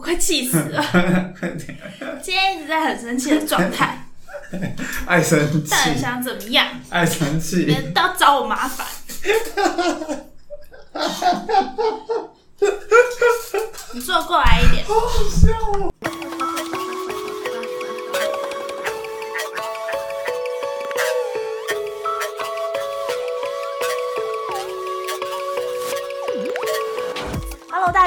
快气死了！今天一直在很生气的状态， 爱生气到，底想怎么样？爱生气别，都要找我麻烦。你坐过来一点。Hello，大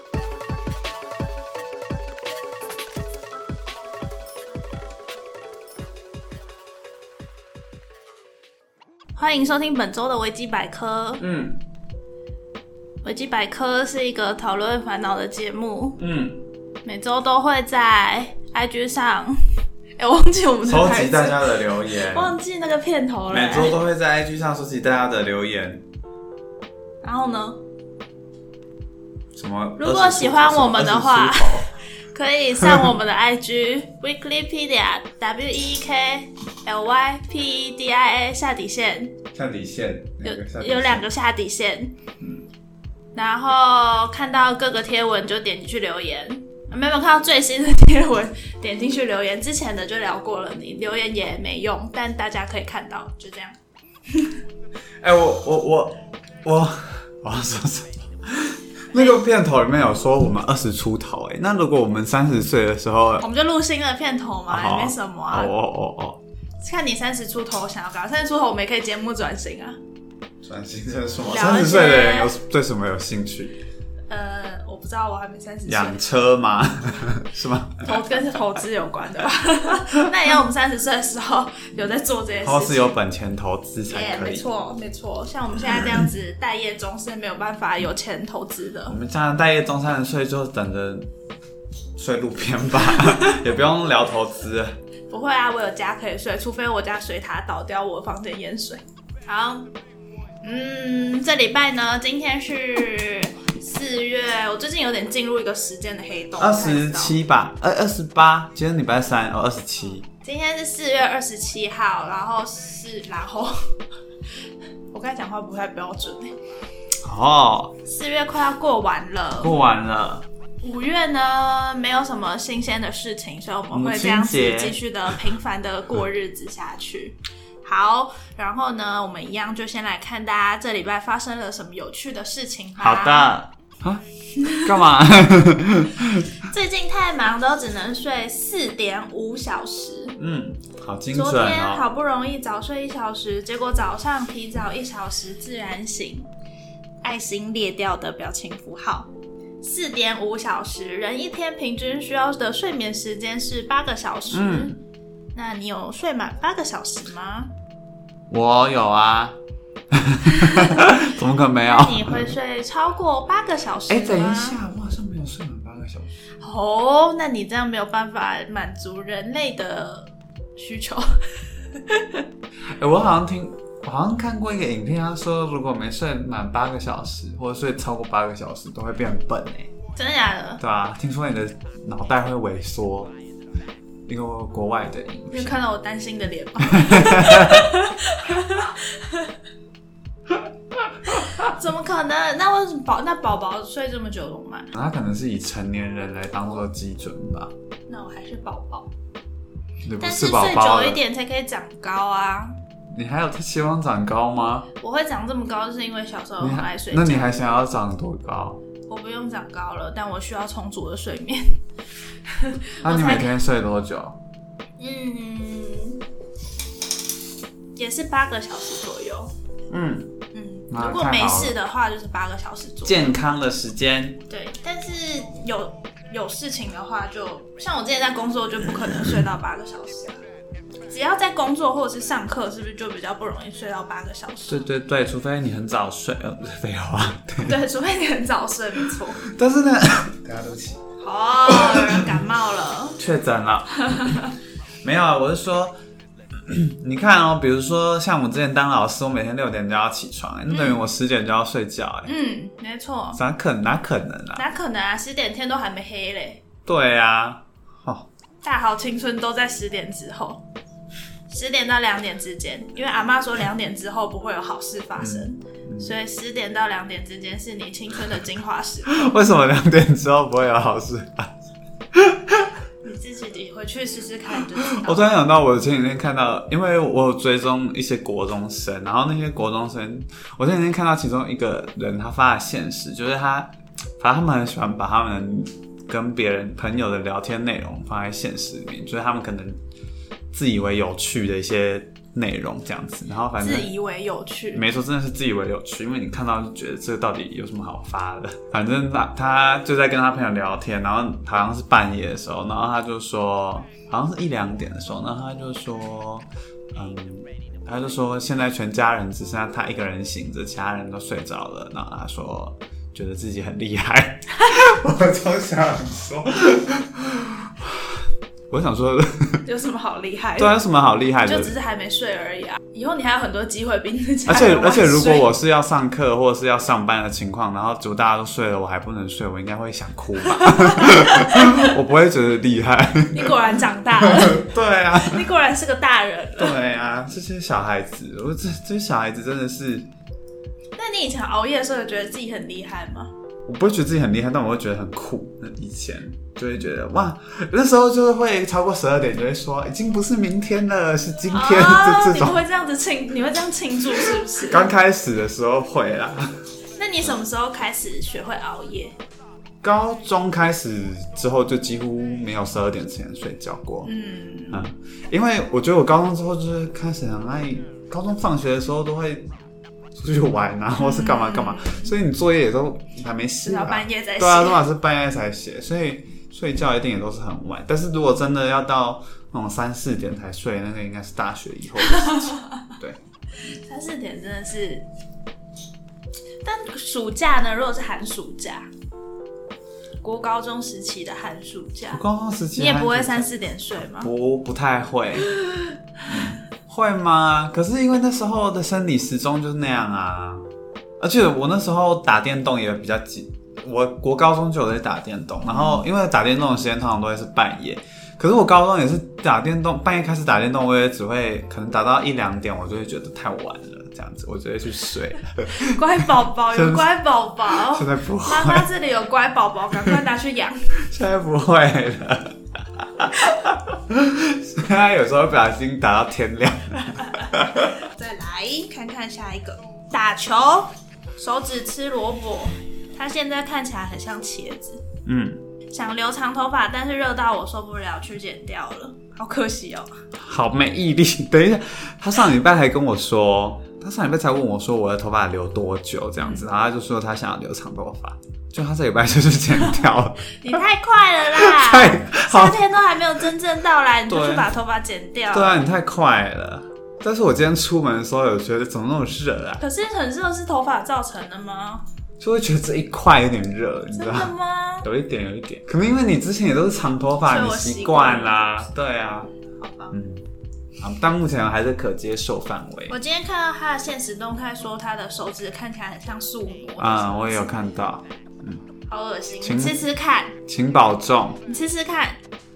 欢迎收听本周的维基百科。嗯维基百科是一个讨论烦恼的节目，嗯，每周都会在 IG 上，哎、我忘记我们的收台集词大家的留言，忘记那个片头了、哎每周都会在 IG 上收集大家的留言。然后呢，什么？如果喜欢我们的话20出头可以上我们的 IG Weeklypedia W E K L Y P E D I A 下底线，下底线有下底线有两个下底线，嗯然后看到各个贴文就点进去留言。没有看到最新的贴文， 点进去留言。之前的就聊过了，你留言也没用，但大家可以看到，就这样。哎、我我我我我要说什么？那个片头里面有说我们二十出头、哎，那如果我们三十岁的时候，我们就录新的片头嘛，好也没什么啊哦。哦哦哦，看你三十出头想要干嘛，三十出头我们也可以节目转型啊。转型成什么？了解三十岁的人有对什么有兴趣？呃，我不知道，我还没三十岁，养车吗？ 是吗？投跟投资有关的吧？ 那也要我们三十岁的时候有在做这些然后事是情。有本钱投资才耶可没以。错没错，像我们现在这样子待业中是没有办法有钱投资我的。们加拿大业中三十岁就等着睡路边吧， 也不用聊投资。不会啊，我有家可以睡，除非我家水塔倒掉，我房间淹水。好，嗯，这礼拜呢，今天是 四月，我最近有点进入一个时间的黑洞。二我才知十道七吧，呃二二十八，今天礼拜三，哦，二十七。今天是四月二十七号，然后是然后， 我刚才讲话不太标准欸哦，四月快要过完了，过完了，五月呢没有什么新鲜的事情，所以我们会这样子母亲节继续的平凡的过日子下去。好，然后呢，我们一样就先来看大家这礼拜发生了什么有趣的事情吧。好的，啊，干嘛？最近太忙，都只能睡四点五小时。 嗯，好精昨准天哦。好不容易早睡一小时，结果早上提早一小时自然醒，爱心裂掉的表情符号。四点五小时，人一天平均需要的睡眠时间是八个小时。嗯那你有睡满八个小时吗？我有啊， 怎么可能没有？那你啊会睡超过八个小时哎、吗？等一下，我好像没有睡满八个小时。哦，那你这样没有办法满足人类的需求。 哎、我好像听，我好像看过一个影片，他说如果没睡满八个小时，或者睡超过八个小时，都会变笨哎、真的假的？对啊，听说你的脑袋会萎缩，一个国外的影你有片。看到我担心的脸吗？ 怎么可能？那为什么宝那宝宝睡这么久怎么办？他可能是以成年人来当做基准吧，那我还是宝宝，你不但是宝睡宝久了一。点才可以长高啊！你还有希望长高吗？我会长这么高，就是因为小时候你很还爱哦睡觉哦那。你还想要长多高？我不用长高了，但我需要充足的睡眠。那我你才每天睡多久？嗯，也是八个小时左右。嗯，嗯，那如果太没好事的话，就是八个小时左右。健康的时间。对，但是有有事情的话就，像我之前在工作，就不可能睡到八个小时啊。只要在工作或者是上课，是不是就比较不容易睡到八个小时？对对对，除非你很早睡， 呃，不是废话。对，对，除非你很早睡，没错。但是 呢，大家都啊起哦，有人感冒了， 确诊了，没有啊？我是说， 你看哦，比如说像我之前当老师，我每天六点就要起床、欸，那等于我十点就要睡觉、欸，哎、嗯，没错，咋可哪可能啊？哪可能啊？十点天都还没黑嘞，对啊，大好青春都在十点之后，十点到两点之间，因为阿妈说两点之后不会有好事发生，所以十点到两点之间是你青春的精华时刻。为什么两点之后不会有好事？你自己回去试试看就知我道。突然想到，我前几天看到，因为我有追踪一些国中生，然后那些国中生，我前几天看到其中一个人他发的现实，就是他，反正他们很喜欢把他们跟别人朋友的聊天内容放在现实里面，就是他们可能自以为有趣的一些内容这样子，然后反正自以为有趣，没错，真的是自以为有趣，因为你看到就觉得这到底有什么好发的？反正他他就在跟他朋友聊天，然后好像是半夜的时候，然后他就说，好像是一两点的时候，然后他就说，嗯，他就说现在全家人只剩下他一个人醒着，其他人都睡着了，然后他说觉得自己很厉害， 我超想说， 我想说， 有什么好厉害对的？啊，有什么好厉害你的就？只是还没睡而已啊！以后你还有很多机会比你的家 而且人晚而且，如果睡我是要上课或者是要上班的情况，然后如果大家都睡了，我还不能睡，我应该会想哭 吧？我不会觉得厉害。你果然长大 了，对啊，你果然是个大人了。对啊，这些小孩子，我这这些小孩子真的是，那你以前熬夜的时候，有觉得自己很厉害吗？我不会觉得自己很厉害，但我会觉得很酷。以前就会觉得哇，那时候就是会超过十二点就会说，已经不是明天了，是今天，啊，这这你不种。会这样子庆，你会这样庆祝是不是？刚开始的时候会啦，那你什么时候开始学会熬夜？高中开始之后就几乎没有十二点之前睡觉过。嗯，嗯，因为我觉得我高中之后就是开始很爱，高中放学的时候都会出去玩嗯啊，或是干嘛干嘛，所以你作业也都还没至写、少啊，半夜再写对。啊，都嘛是半夜才写，所以睡觉一定也都是很晚。但是如果真的要到那种三四点才睡，那个应该是大学 以后的事情。对，三四点真的是，但暑假呢？如果是寒暑假，国高中时期的寒暑假我，高中时期你也还不会是三四点睡吗？不不太会、嗯会吗？可是因为那时候的生理时钟就是那样啊，而且我那时候打电动也比较紧，我国高中就有在打电动，然后因为打电动的时间通常都会是半夜，可是我高中也是打电动，半夜开始打电动，我也只会可能打到一两点，我就会觉得太晚了，这样子我就会去睡。乖宝宝真有是乖宝宝，现在不会，妈妈这里有乖宝宝，赶快拿去养。现在不会了， 现在有时候不小心打到天亮。 再来看看下一个，打球，手指吃萝卜，它现在看起来很像茄子。嗯，想留长头发，但是热到我受不了，去剪掉了，好可惜哦。好没毅力。 等一下，他上礼拜还跟我说，他上礼拜才问我说我的头发留多久这嗯样子，然后他就说他想要留长头发，就他这礼拜就是剪 掉了，你太快了 啦！太夏好，天都还没有真正到来，你就去对把头发剪掉。对啊，你太快了。但是我今天出门的时候有觉得怎么那么热啊，可是很热是头发造成的吗？就会觉得这一块有点热，你知真道的吗？吗？有一点，有一点，可能因为你之前也都是长头所发，以你我习习惯惯啦，对啊，好吧。嗯，好，但目前还是可接受范围我今天看到他的现实动态，说他的手指看起来很像树挪。啊、我也有，看到，好恶心！请你吃吃看，请保重，你吃吃看，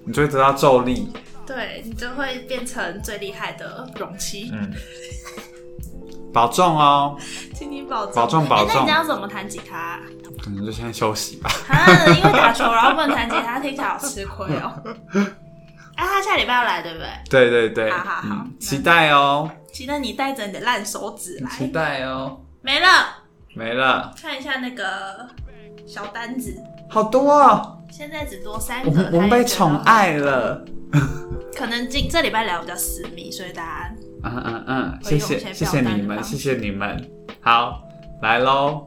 你就会得到咒力。对你就会变成最厉害的容器。嗯， 保重哦，请你保重，保重保哎那重你这，样怎么弹吉他啊？可能就先休息吧。啊，因为打球然后不能弹吉他，听起来好吃亏 哦。啊，他下礼拜要来，对不对？对对对，好好好嗯，期待哦，期待你带着你的烂手指期来。待哦，没了，没了，看一下那个小单子，好多哦，现在只多三我个。们我们被宠，爱了。可能今这礼拜聊比较私密，所以大家嗯嗯嗯，会谢用先谢谢表谢达你的们，方谢式谢你们。好，来喽。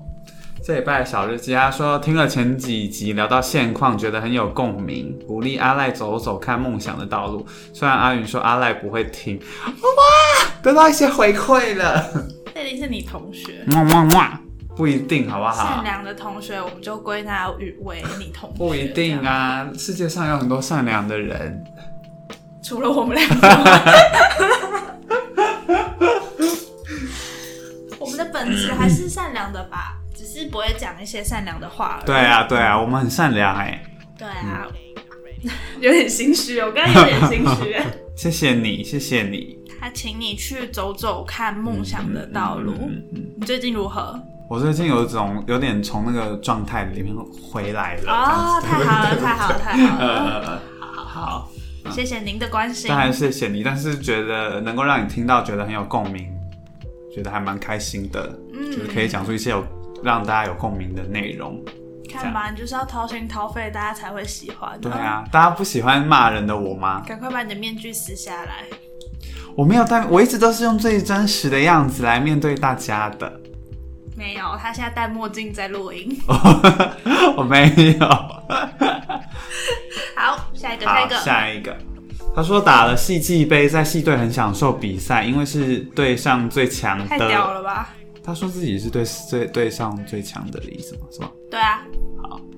这礼拜的小日记，他说听了前几集聊到现况，觉得很有共鸣，鼓励阿赖走走看梦想的道路。虽然阿云说阿赖不会听，哇，得到一些回馈了，这里是你同学。哇哇哇，不一定好不善好？良的同学，我们就归纳于为你同学。不一定这样，啊，世界上有很多善良的人。 除了我们两个。本质还是善良的吧，只是不会讲一些善良的话而已。对啊，对啊，我们很善良哎、对啊，嗯有点心虚，我刚刚有点心 虚。谢谢你，谢谢你。他请你去走走看梦想的道路，嗯嗯你最近如何？我最近有一种有点从那个状态里面回来了。哦，太好 了，太好了，太好了！呃，好，谢谢您的关心当。然谢谢你，但是觉得能够让你听到，觉得很有共鸣，觉得还蛮开心的，就是可以嗯，讲出一些有让大家有共鸣的内容。看吧，你就是要掏心掏肺，大家才会喜欢。对，啊，大家不喜欢骂人的我吗？赶快把你的面具撕下来。我没有戴，我一直都是用最真实的样子来面对大家的。 没有，他现在戴墨镜在录音。我没有。好，下一个，下好一，个。下一个。他说打了戏剧杯，在戏队很享受比赛，因为是对上最强太屌的。了吧？他说自己是对最对上最强的意思吗？是吗？对啊，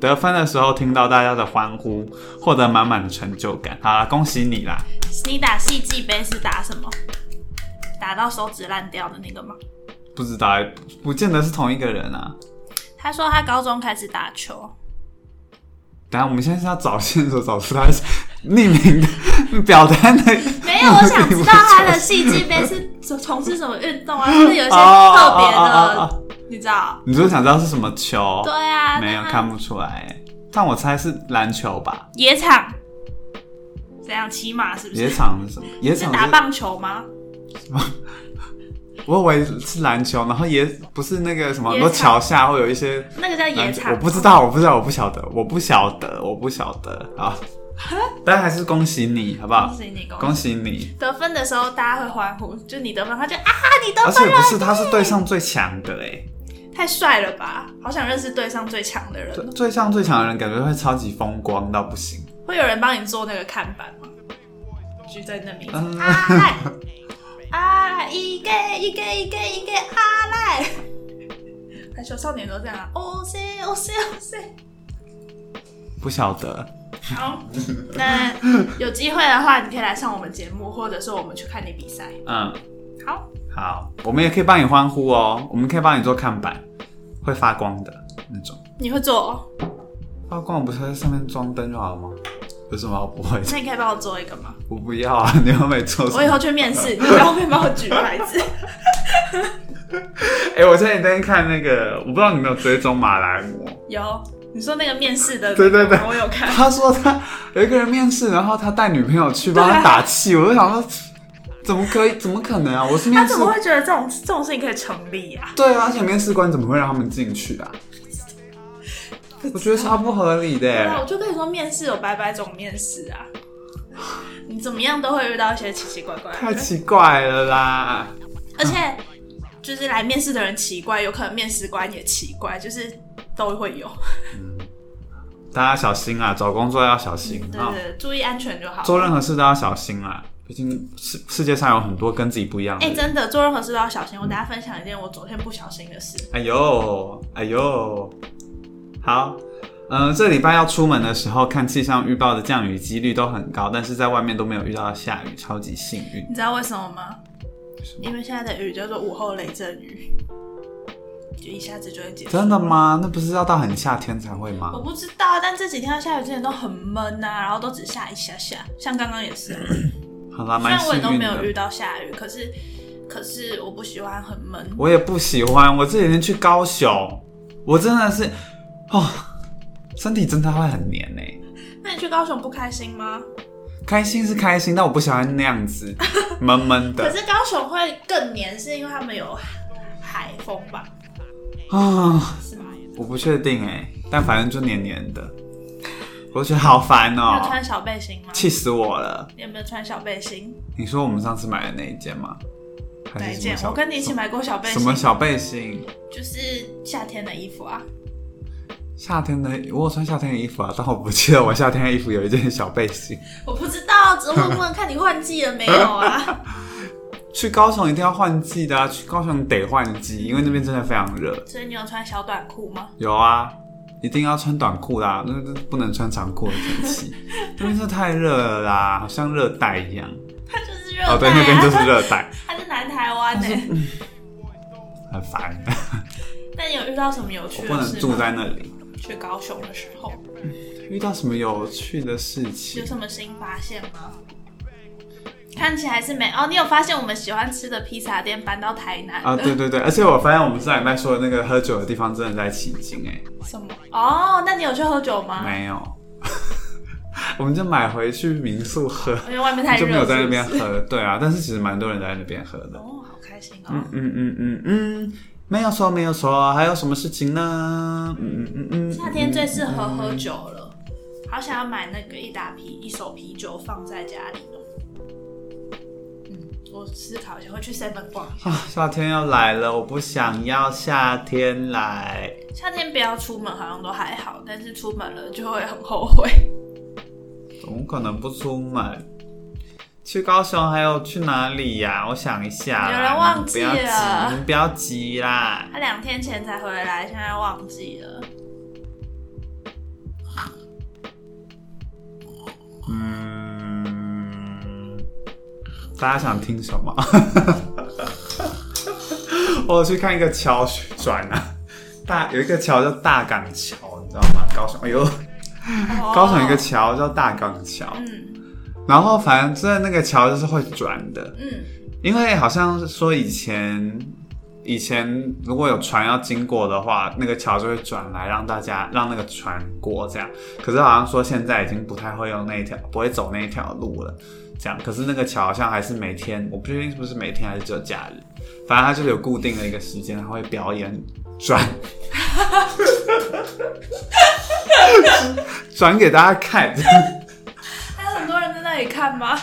得分的时候听到大家的欢呼，获得满满的成就感。好啦，恭喜你啦！你打戏剧杯是打什么？打到手指烂掉的那个吗？不知道欸，不不见得是同一个人啊。他说他高中开始打球，等一下，我们现在是要找线索，找出他是匿名的 表单的。没有，我想知道他的戏剧杯是从事什么运动啊？是不是有一些哦特别哦哦哦的，你知道？你说想知道是什么球？对啊，没有那看不出来欸，但我猜是篮球吧。野场，怎样骑马是不野是？场是什么？野是场打是棒球吗？我以为是篮球，然后也不是那个什么，野很草多桥下会有一些那个叫野篮球场，我不知。道，我不知道，我不晓得，我不晓得，我不晓得啊！但还是恭喜你，好不恭好？喜你，恭喜！恭喜你！得分的时候大家会欢呼，就你得分，他就啊，你得而且分不了，是，他是对上最强的哎，太帅了吧！好想认识队上最强的人对哦。对上最强的人感觉会超级风光到不行。会有人帮你做那个看板吗？举着你的名嗯字，阿赖， 阿赖，一个一个一个一个阿赖。排球少年都这样啊，哦塞哦塞哦塞。不晓得，好，那有机会的话，你可以来上我们节目，或者说我们去看你比赛。嗯，好，好，我们也可以帮你欢呼哦，我们可以帮你做看板，会发光的那种。你会做、哦，发光不是在上面装灯就好了吗？有什么好不会的？ 那你可以帮我做一个吗？我不要啊！你又没做什我以么。后去面试，你在后面帮我举牌子。哎、我前几天看那个，我不知道你有没有追踪马来模。有，你说那个面试的，对对对我有看。他说他有一个人面试，然后他带女朋友去帮对他啊打 气，我就想说，怎么可以？怎么可能啊？我是他面试怎，么会觉得这种这种事情可以成立呀、对啊，而且面试官怎么会让他们进去啊？我觉得超不合理的、对啊，我就跟你说，面试有百百种面试啊，你怎么样都会遇到一些奇奇怪怪太的人，奇怪了啦！而且就是来面试的人奇怪，有可能面试官也奇怪，就是都会有。大家小心啊，找工作要小心嗯对啊、对对，注意安全就好。做任何事都要小心啊，毕竟世世界上有很多跟自己不一样的哎、人。真的做任何事都要小心。我等一下分享一件我昨天不小心的事。哎呦，哎呦，好，嗯、这礼拜要出门的时候，看气象预报的降雨几率都很高，但是在外面都没有遇到下雨，超级幸运。你知道为什么吗？什么因为现在的雨叫做午后雷阵雨，就一下子就会结束。真的吗？那不是要到很夏天才会吗我？不知道，但这几天下雨之前都很闷啊，然后都只下一下下，像刚刚也是啊。好啦，虽蛮然我也都幸运没有遇的。到下雨，可是可是我不喜欢很闷。我也不喜欢，我这几天去高雄，我真的是，哦，身体真的会很黏欸呢、那你去高雄不开心吗？开心是开心，但我不喜欢那 样子闷闷的可是高雄会更黏，是因为他们有海风吧？啊，是吗？我不确定哎、但反正就黏黏的，我觉得好烦你哦、有穿小背心吗？气死我了！你有没有穿小背心？你说我们上次买的那一件吗？哪还一是什件？么小我跟你一起买过小背什心，么小背心？就是夏天的衣服啊。夏天的，我有穿夏天的衣服啊，但我不记得我夏天的衣服有一件小背心。我不知道，只问问看你换季了没有 啊？去高雄一定要换季的啊，去高雄得换季，因为那边真的非常热。所以你有穿小短裤吗？有啊，一定要穿短裤啦，那那不能穿长裤的天 气，那边是太热了啦，好像热带一样。哦 它就是热带、啊欸 哦，对，那边就是热带。它是南台湾呢、很烦，那你有遇到什么有我趣不的能事住吗？在那里。去高雄的时候，遇到什么有趣的事情有？什么新发现吗？看起来是没哦。你有发现我们喜欢吃的披萨店搬到台南啊，了对对对，而且我发现我们上礼拜说的那个喝酒的地方真的在起劲哎、什么？哦，那你有去喝酒吗？没有， 我们就买回去民宿喝，因为外 面太热，就没有在那边是不是喝。对啊，但是其实蛮多人在那边喝的。哦，好开心哦。嗯嗯嗯嗯嗯，没有错没有错，还有什么事情呢？嗯嗯嗯嗯，夏天最适合喝酒了，好想要买那个一大啤一手啤酒放在家里哦。嗯，我思考一下，会去 Seven 逛一下。啊，夏天要来了，我不想要夏天来。夏天不要出门好像都还好，但是出门了就会很后悔。 怎么可能不出门？去高雄还有去哪里呀、我想一下啦。有人忘记了你不要急，你不要急啦。他两天前才回来，现在忘记了。嗯，大家想听什么？ 我有去看一个桥转啊，大有一个桥叫大港桥，你知道吗？高雄，哎呦， 高雄有一个桥叫大港桥，哦嗯然后反正那个桥就是会转的，嗯，因为好像是说以前以前如果有船要经过的话，那个桥就会转来让大家让那个船过这样。可是好像说现在已经不太会用那一条，不会走那一条路了。这样，可是那个桥好像还是每天，我不确定是不是每天还是只有假日，反正它就是有固定的一个时间，它会表演转， 转给大家看。还有很多人在那里看吗？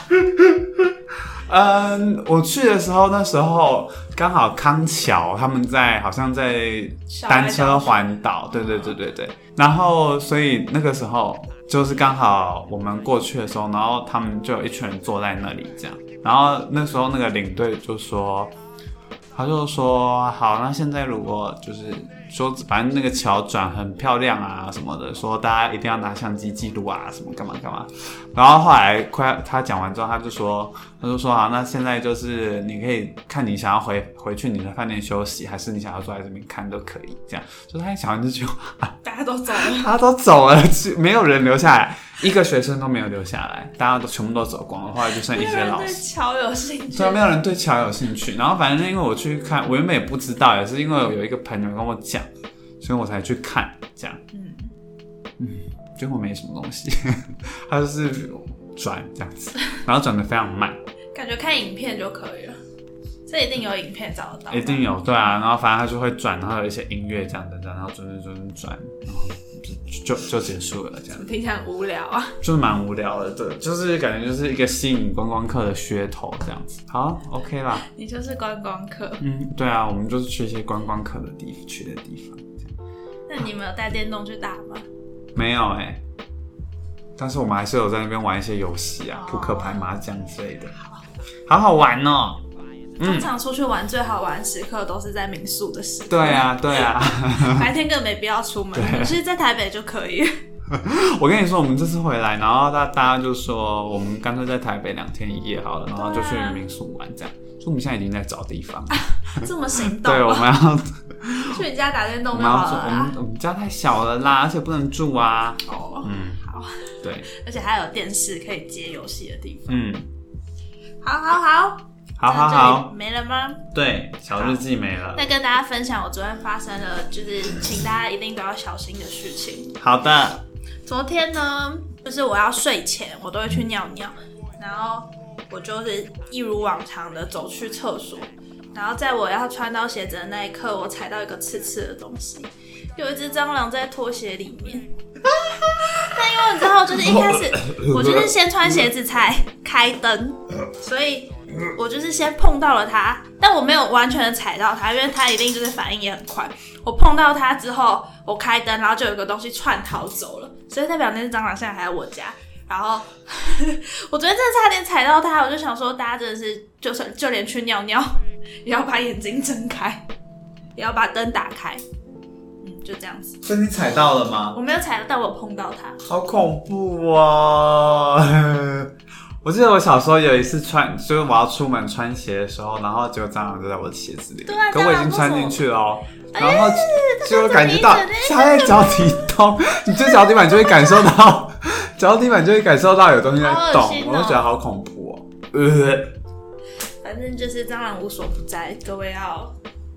嗯，我去的时候，那时候刚好康桥他们在好像在单车环岛，对对对对对。然后，所以那个时候就是刚好我们过去的时候，然后他们就有一群人坐在那里这样。然后那时候那个领队就说，他就说好，那现在如果就是说，反正那个桥转很漂亮啊什么的，说大家一定要拿相机记录啊什么干嘛干嘛。然后后来快他讲完之后，他就说，他就说啊，那现在就是你可以看你想要回回去你的饭店休息，还是你想要坐在这边看都可以，这样。就他一讲完这句话，大家都走了， 他都走了，只没有人留下来，一个学生都没有留下来，大家都全部都走光了，后来就剩没 一有些人老对师。桥有兴趣虽。然没有人对桥有兴趣，然后反正因为我去看，我原本也不知道，也是因为有一个朋友跟我讲，所以我才去看，这样嗯，结果没什么东西， 他就是转这样子，然后转的非常慢。感觉看影片就可以了，这一定有影片找得到。一定有，对啊，然后反正它就会转，然后有一些音乐这样的，然后转转转转，然后就就就结束了，这样听起来很无聊啊。就是蛮无聊的，对，就是感觉就是一个吸引观光客的噱头这样子。好，OK 啦，你就是观光客，嗯，对啊，我们就是去一些观光客的地去的地方，那你们有带电动去打吗？没有哎、但是我们还是有在那边玩一些游戏啊哦，扑克牌、麻将之类的，好好玩哦、通常出去玩最好玩时刻都是在民宿的时刻，对，啊，对啊。白天根本没必要出门，可是在台北就可以。 我跟你说，我们这次回来，然后大大家就说，我们干脆在台北两天一夜好了，然后就去对啊民宿玩这样。所以我们现在已经在找地方了，这么行动对，我吗，们要去你家打电我动就们要好 住，了啊我啦。们我们家太小了啦，而且不能住啊。哦，嗯，好，对，而且还有电视可以接游戏的地方。嗯，好好好，好好那这好，里没了吗？对，小日记没了。那跟大家分享我昨天发生的，就是请大家一定都要小心的事情。好的，昨天呢，就是我要睡前，我都会去尿尿，然后我就是一如往常的走去厕所，然后在我要穿到鞋子的那一刻，我踩到一个刺刺的东西，有一只蟑螂在拖鞋里面。但因为你知道，就是一开始我就是先穿鞋子才开灯，所以我就是先碰到了它，但我没有完全的踩到它，因为它一定就是反应也很快。我碰到它之后，我开灯，然后就有一个东西窜逃走了，所以代表那只蟑螂现在还在我家。然后 我昨天真的差点踩到它，我就想说，大家真的是，就算就连去尿尿，也要把眼睛睁开，也要把灯打开。嗯，就这样子。所以你踩到了吗？我没有踩到，但我有碰到它。好恐怖哦！ 我记得我小时候有一次穿，就是我要出门穿鞋的时候，然后结果蟑螂就在我的鞋子里面，对啊可我已蟑螂经不穿走进去了哦、哎然后就这就个感觉到怎么一直它在脚底洞， 你就脚底板就会感受到， 脚底板就会感受到有东西在好恶动，心哦我就觉得好恐怖哦、呃，反正就是蟑螂无所不在，各位要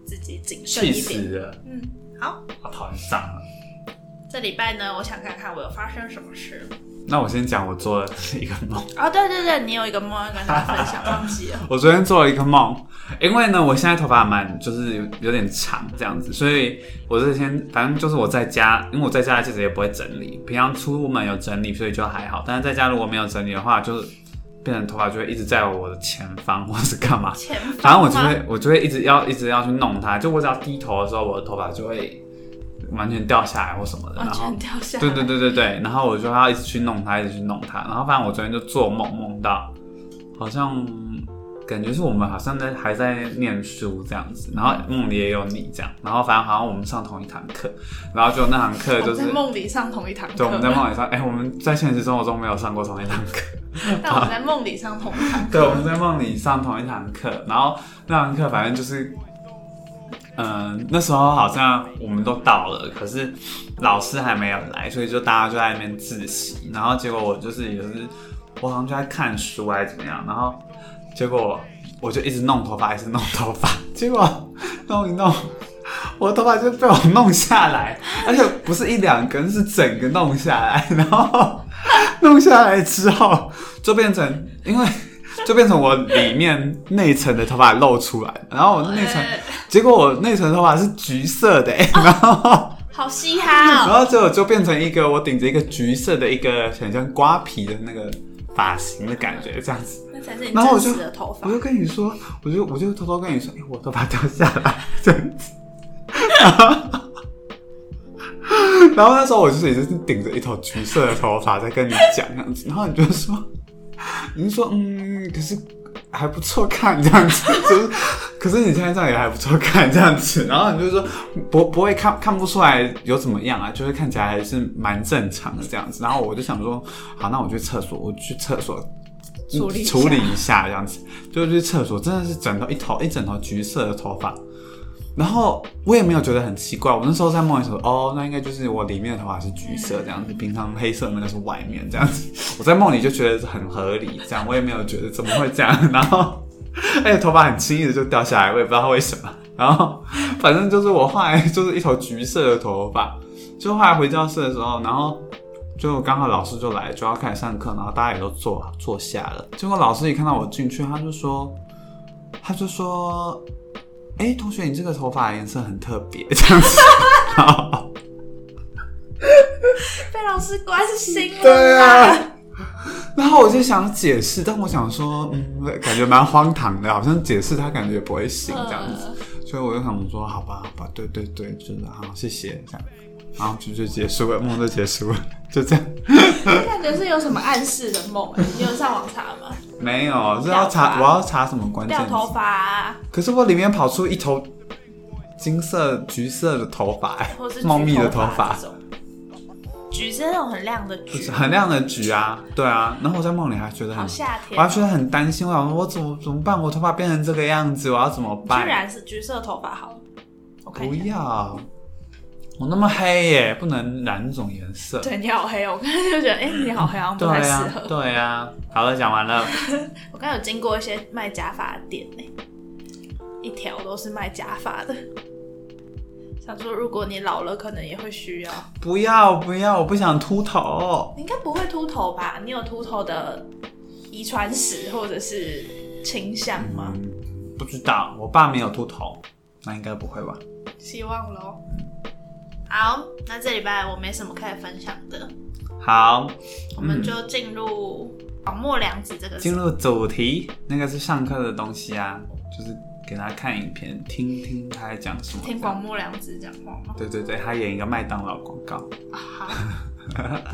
自己谨慎气一死点。了，嗯，好，好讨厌蟑螂。这礼拜呢，我想看看我有发生什么事。那我先讲我做了一个梦，哦，对对对，你有一个梦要跟大家分享，忘记了。 我昨天做了一个梦，因为呢，我现在头发蛮就是有有点长这样子，所以我这天反正就是我在家，因为我在家其实也不会整理，平常出门有整理，所以就还好，但是在家如果没有整理的话，就是变成头发就会一直在我的前方 或是干嘛，前方反正我就吗会我就会一直要一直要去弄它，就我只要低头的时候，我的头发就会完全掉下来或什么的，然完后哦全掉下来。 对对对对对，然后我就要一直去弄它，一直去弄它，然后反正我昨天就做梦，梦到好像感觉是我们好像在还在念书这样子，然后梦里也有你这样，然后反正好像我们上同一堂课，然后就那堂课我就们是哦在梦里上同一堂课，对我们在梦里上，哎、我们在现实生活中没有上过同一堂 课，但我们在梦里上同一 堂对，我课。们在梦里上同一堂课，然后那堂课反正就是，嗯、那时候好像我们都到了，可是老师还没有来，所以就大家就在那边自习，然后结果我就是也是，我好像就在看书还是怎么样，然后结果我就一直弄头发，一直弄头发， 结果弄一弄。我的头发就被我弄下来，而且不是一两根，是整个弄下来。然后弄下来之后，就变成因为就变成我里面内层的头发露出来，然后我内层，呃结果我内层头发是橘色的、欸然后好嘻哈然哦！后结果就变成一个我顶着一个橘色的一个很像瓜皮的那个发型的感觉，这样子。那才是你然后我真就嗯实的头发我。就跟你说，我就我就偷偷跟你说，哎、我头发掉下来，这样子。然后那时候我就是也就是顶着一头橘色的头发在跟你讲这样子，然后你就说，你就说嗯，可是还不错看这样子，就是可是你现在这样也还不错看这样子，然后你就说不不会看看不出来有怎么样啊，就是看起来还是蛮正常的这样子。然后我就想说，好，那我去厕所，我去厕所处理一下嗯处理一下这样子，就去厕所，真的是整头一头一整头橘色的头发。然后我也没有觉得很奇怪，我那时候在梦里说，哦，那应该就是我里面的头发是橘色这样子，平常黑色那个是外面这样子。 我在梦里就觉得很合理，这样我也没有觉得怎么会这样。然后， 而且头发很轻易的就掉下来，我也不知道为什么。然后，反正就是我后来就是一头橘色的头发，就后来回教室的时候，然后就刚好老师就来，就要开始上课，然后大家也都坐好坐下了。结果老师一看到我进去，他就说，他就说，哎、同学，你这个头发颜色很特别，这样子。然后被老师关心了。 对啊。然后我就想解释，但我想说，嗯，感觉蛮荒唐的，好像解释他感觉也不会信这样子，所以我就想说，好吧，好吧，对对对，就是好，谢谢这样，然后就就结束了，梦就结束了，就这样。呃，感觉是有什么暗示的梦、 哎你有上网查吗？没有，是要掉查，发我要查什么关键掉字？头发、啊，可是我里面跑出一头金色、橘色的头发、哎或 是茂密的头头发这，种。橘是那种很亮的不橘是，很亮的橘啊，对啊。然后我在梦里还觉得很好，夏天我还哦。觉得很担心，我想说我怎么怎么办？我头发变成这个样子，我要怎么办居？然是橘色头发好了，我看不一下。要，我那么黑耶，不能染那种颜色。对，你好黑哦，我刚才就觉得，哎、你好黑，好像不对太适呀、合。对啊呀、好了，讲完了。我刚有经过一些卖假发的店呢、一条都是卖假发的。想说，如果你老了，可能也会需要。不要不要，我不想秃头。你应该不会秃头吧？你有秃头的遗传史或者是倾向吗？嗯，不知道，我爸没有秃头，那应该不会吧？希望喽。好，那这礼拜我没什么可以分享的，嗯好，嗯我们就进入广末凉子这个进入主题，那个是上课的东西啊，就是给大家看影片，听听他在讲什么。听广末凉子讲话 吗？对对对，他演一个麦当劳广告。 啊好，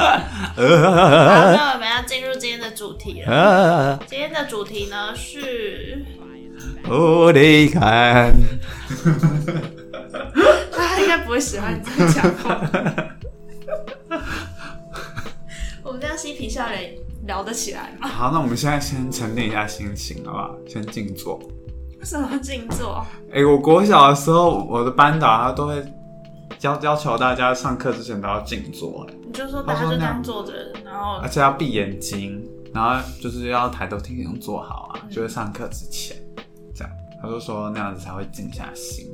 好，那我们要进入今天的主题 了。啊，今天的主题呢是，我的哦看，他 应该不会喜欢这 样讲话。我们这样嬉皮笑脸聊得起来吗？好，那我们现在先沉淀一下心情，好不好？先静坐。为什么静坐？哎、我国小的时候，我的班导他都会要要求大家上课之前都要静坐、哎你就说大家就这样坐着，然后而且要闭眼睛，然后就是要抬头挺胸坐好啊，就是上课之前这样。他就说那样子才会静下心。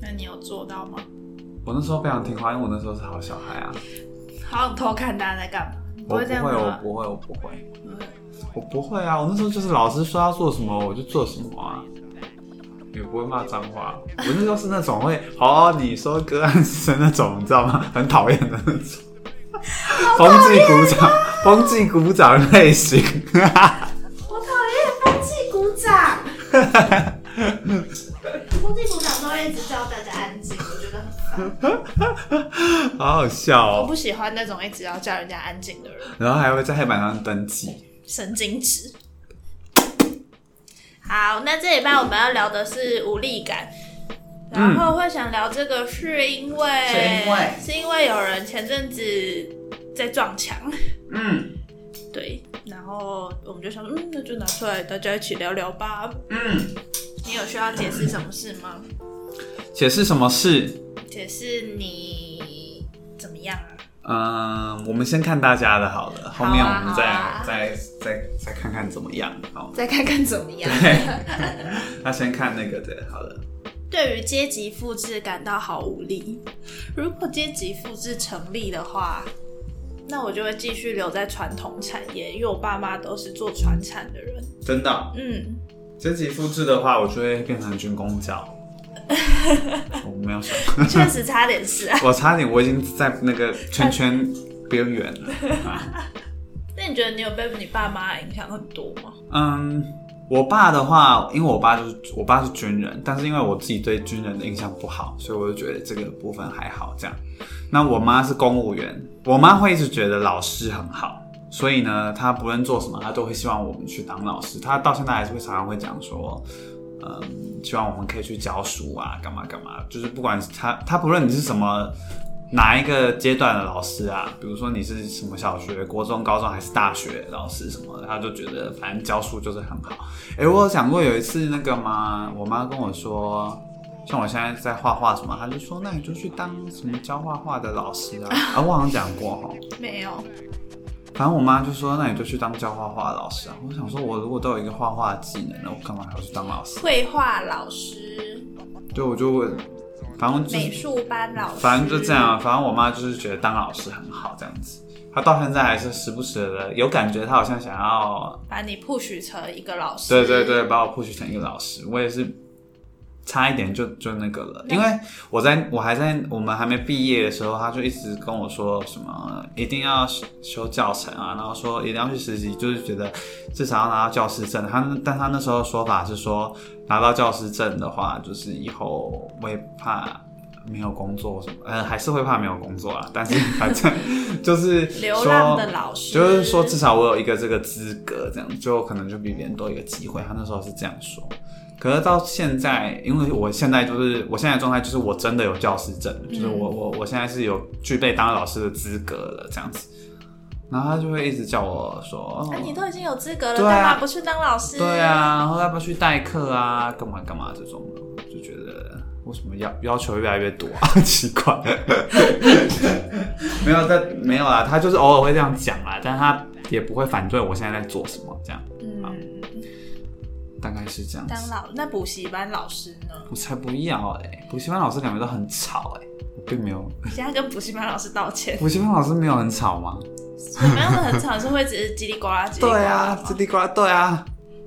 那你有做到吗？我那时候非常听话，因为我那时候是好小孩啊。好想偷看大家在干嘛？你不我会这样子我吗？不会，我不会，嗯我不会啊！我那时候就是老师说要做什么，我就做什么啊，也不会骂脏话。我那时候是那种会哦，你说歌暗示那种，你知道吗？很讨厌的那种，风啊纪鼓掌，风纪鼓掌类型。我讨厌风纪鼓 掌。风纪鼓掌都会一直叫大家安静，我觉得很烦。好好笑我哦。不喜欢那种一直要叫人家安静的人，然后还会在黑板上登记。神经质。好，那这礼拜我们要聊的是无力感，然后会想聊这个是因为嗯是因为是因为有人前阵子在撞墙，嗯对，然后我们就想说，嗯，那就拿出来大家一起聊聊吧。嗯，你有需要解释什么事吗？解释什么事？解释你怎么样啊？嗯，我们先看大家的好了，后面好啊我们再、好啊再再再看看怎么样。好， 再看看怎么样。那先看那个的好了。对于阶级复制感到好无力。如果阶级复制成立的话，那我就会继续留在传统产业，因为我爸妈都是做传产的人。真的哦，嗯，阶级复制的话，我就会变成军工教。我没有想，确实差点事 啊。我差点我已经在那个圈圈边缘了。那你觉得你有被你爸妈影响很多吗？嗯，我爸的话，因为我爸就是我爸是军人，但是因为我自己对军人的印象不好，所以我就觉得这个部分还好这样。那我妈是公务员，我妈会一直觉得老师很好，所以呢，她不论做什么，她都会希望我们去当老师。她到现在还是会常常会讲说。嗯，希望我们可以去教书啊，干嘛干嘛，就是不管是她，她不论你是什么哪一个阶段的老师啊，比如说你是什么小学、国中、高中还是大学老师什么的，他就觉得反正教书就是很好。诶，我有讲过有一次那个吗？我妈跟我说，像我现在在画画什么，她就说那你就去当什么教画画的老师啊。啊，我好像讲过哈。没有，反正我妈就说那你就去当教画画的老师啊。我想说，我如果都有一个画画的技能了，我干嘛还要去当老师？绘画老师、对，我就问，反正就是美术班老师，反正就这样，。啊反正我妈就是觉得当老师很好这样子，她到现在还是时不时的有感觉，她好像想要，把你 push 成一个老师。对对。对，把我 push 成一个老师，我也是差一点就就那个了，因为我在我还在我们还没毕业的时候，她就一直跟我说什么一定要修修教程啊，然后说一定要去实习，就是觉得至少要拿到教师证。她那但她那时候说法是说拿到教师证的话，就是以后会怕。没有工作什么，呃，还是会怕没有工作啊。但是反正 就是流浪的说老师就是说至少我有一个这个资格，这样就可能就比别人多一个机会。他那时候是这样说，可是到现在，因为我现在就是我现在的状态就是我真的有教师证，就是我嗯我我现在是有具备当老师的资格了，这样子。然后他就会一直叫我说，哦啊，你都已经有资格了，对啊干嘛不去当老师？对啊，然后要不要去代课啊，干嘛干嘛这种的，我就觉得为什么要要求越来越多啊，奇怪。 没有，但没有啦，他就是偶尔会这样讲啦，但他也不会反对我现在在做什么，这样嗯，大概是这样当子。老那补习班老师呢？我才不要哎、补习班老师感觉都很吵哎、我并没有。，你现在跟补习班老师道歉补习班老师没有很吵吗？什么样的很吵是会只是叽里呱啦叽里呱对啦啊吗？，叽里呱啦，对啊。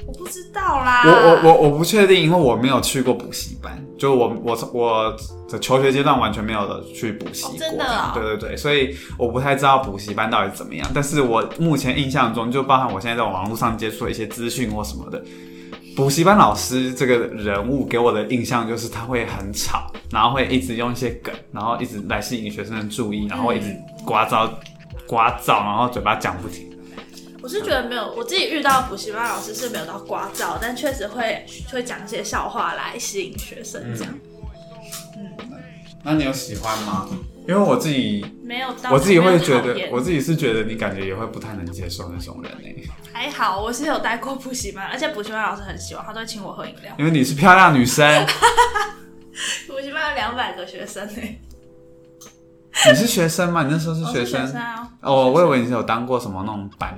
我不知道啦。我我我我不确定，因为我没有去过补习班，就我我我的求学阶段完全没有的去补习过、哦真的哦对对对，所以我不太知道补习班到底怎么样。但是我目前印象中，就包含我现在在网络上接触的一些资讯或什么的，补习班老师这个人物给我的印象就是他会很吵，然后会一直用一些梗，然后一直来吸引学生的注意，然后一直嗯刮噪刮噪，然后嘴巴讲不停。我是觉得没有，我自己遇到补习班老师是没有到聒噪，但确实会会讲一些嗯笑话来吸引学生这样。那你有喜欢吗？因为我自己没有到我自己没会有觉讨得厌，我自己是觉得你感觉也会不太能接受那种人还哎、好，我是有带过补习班，而且补习班老师很喜欢，他都会请我喝饮料。因为你是漂亮女生， 补习班有两百个学生呢、你是学生吗？你那时候是我学是生？学生啊，哦，我以为你是有当过什么那种班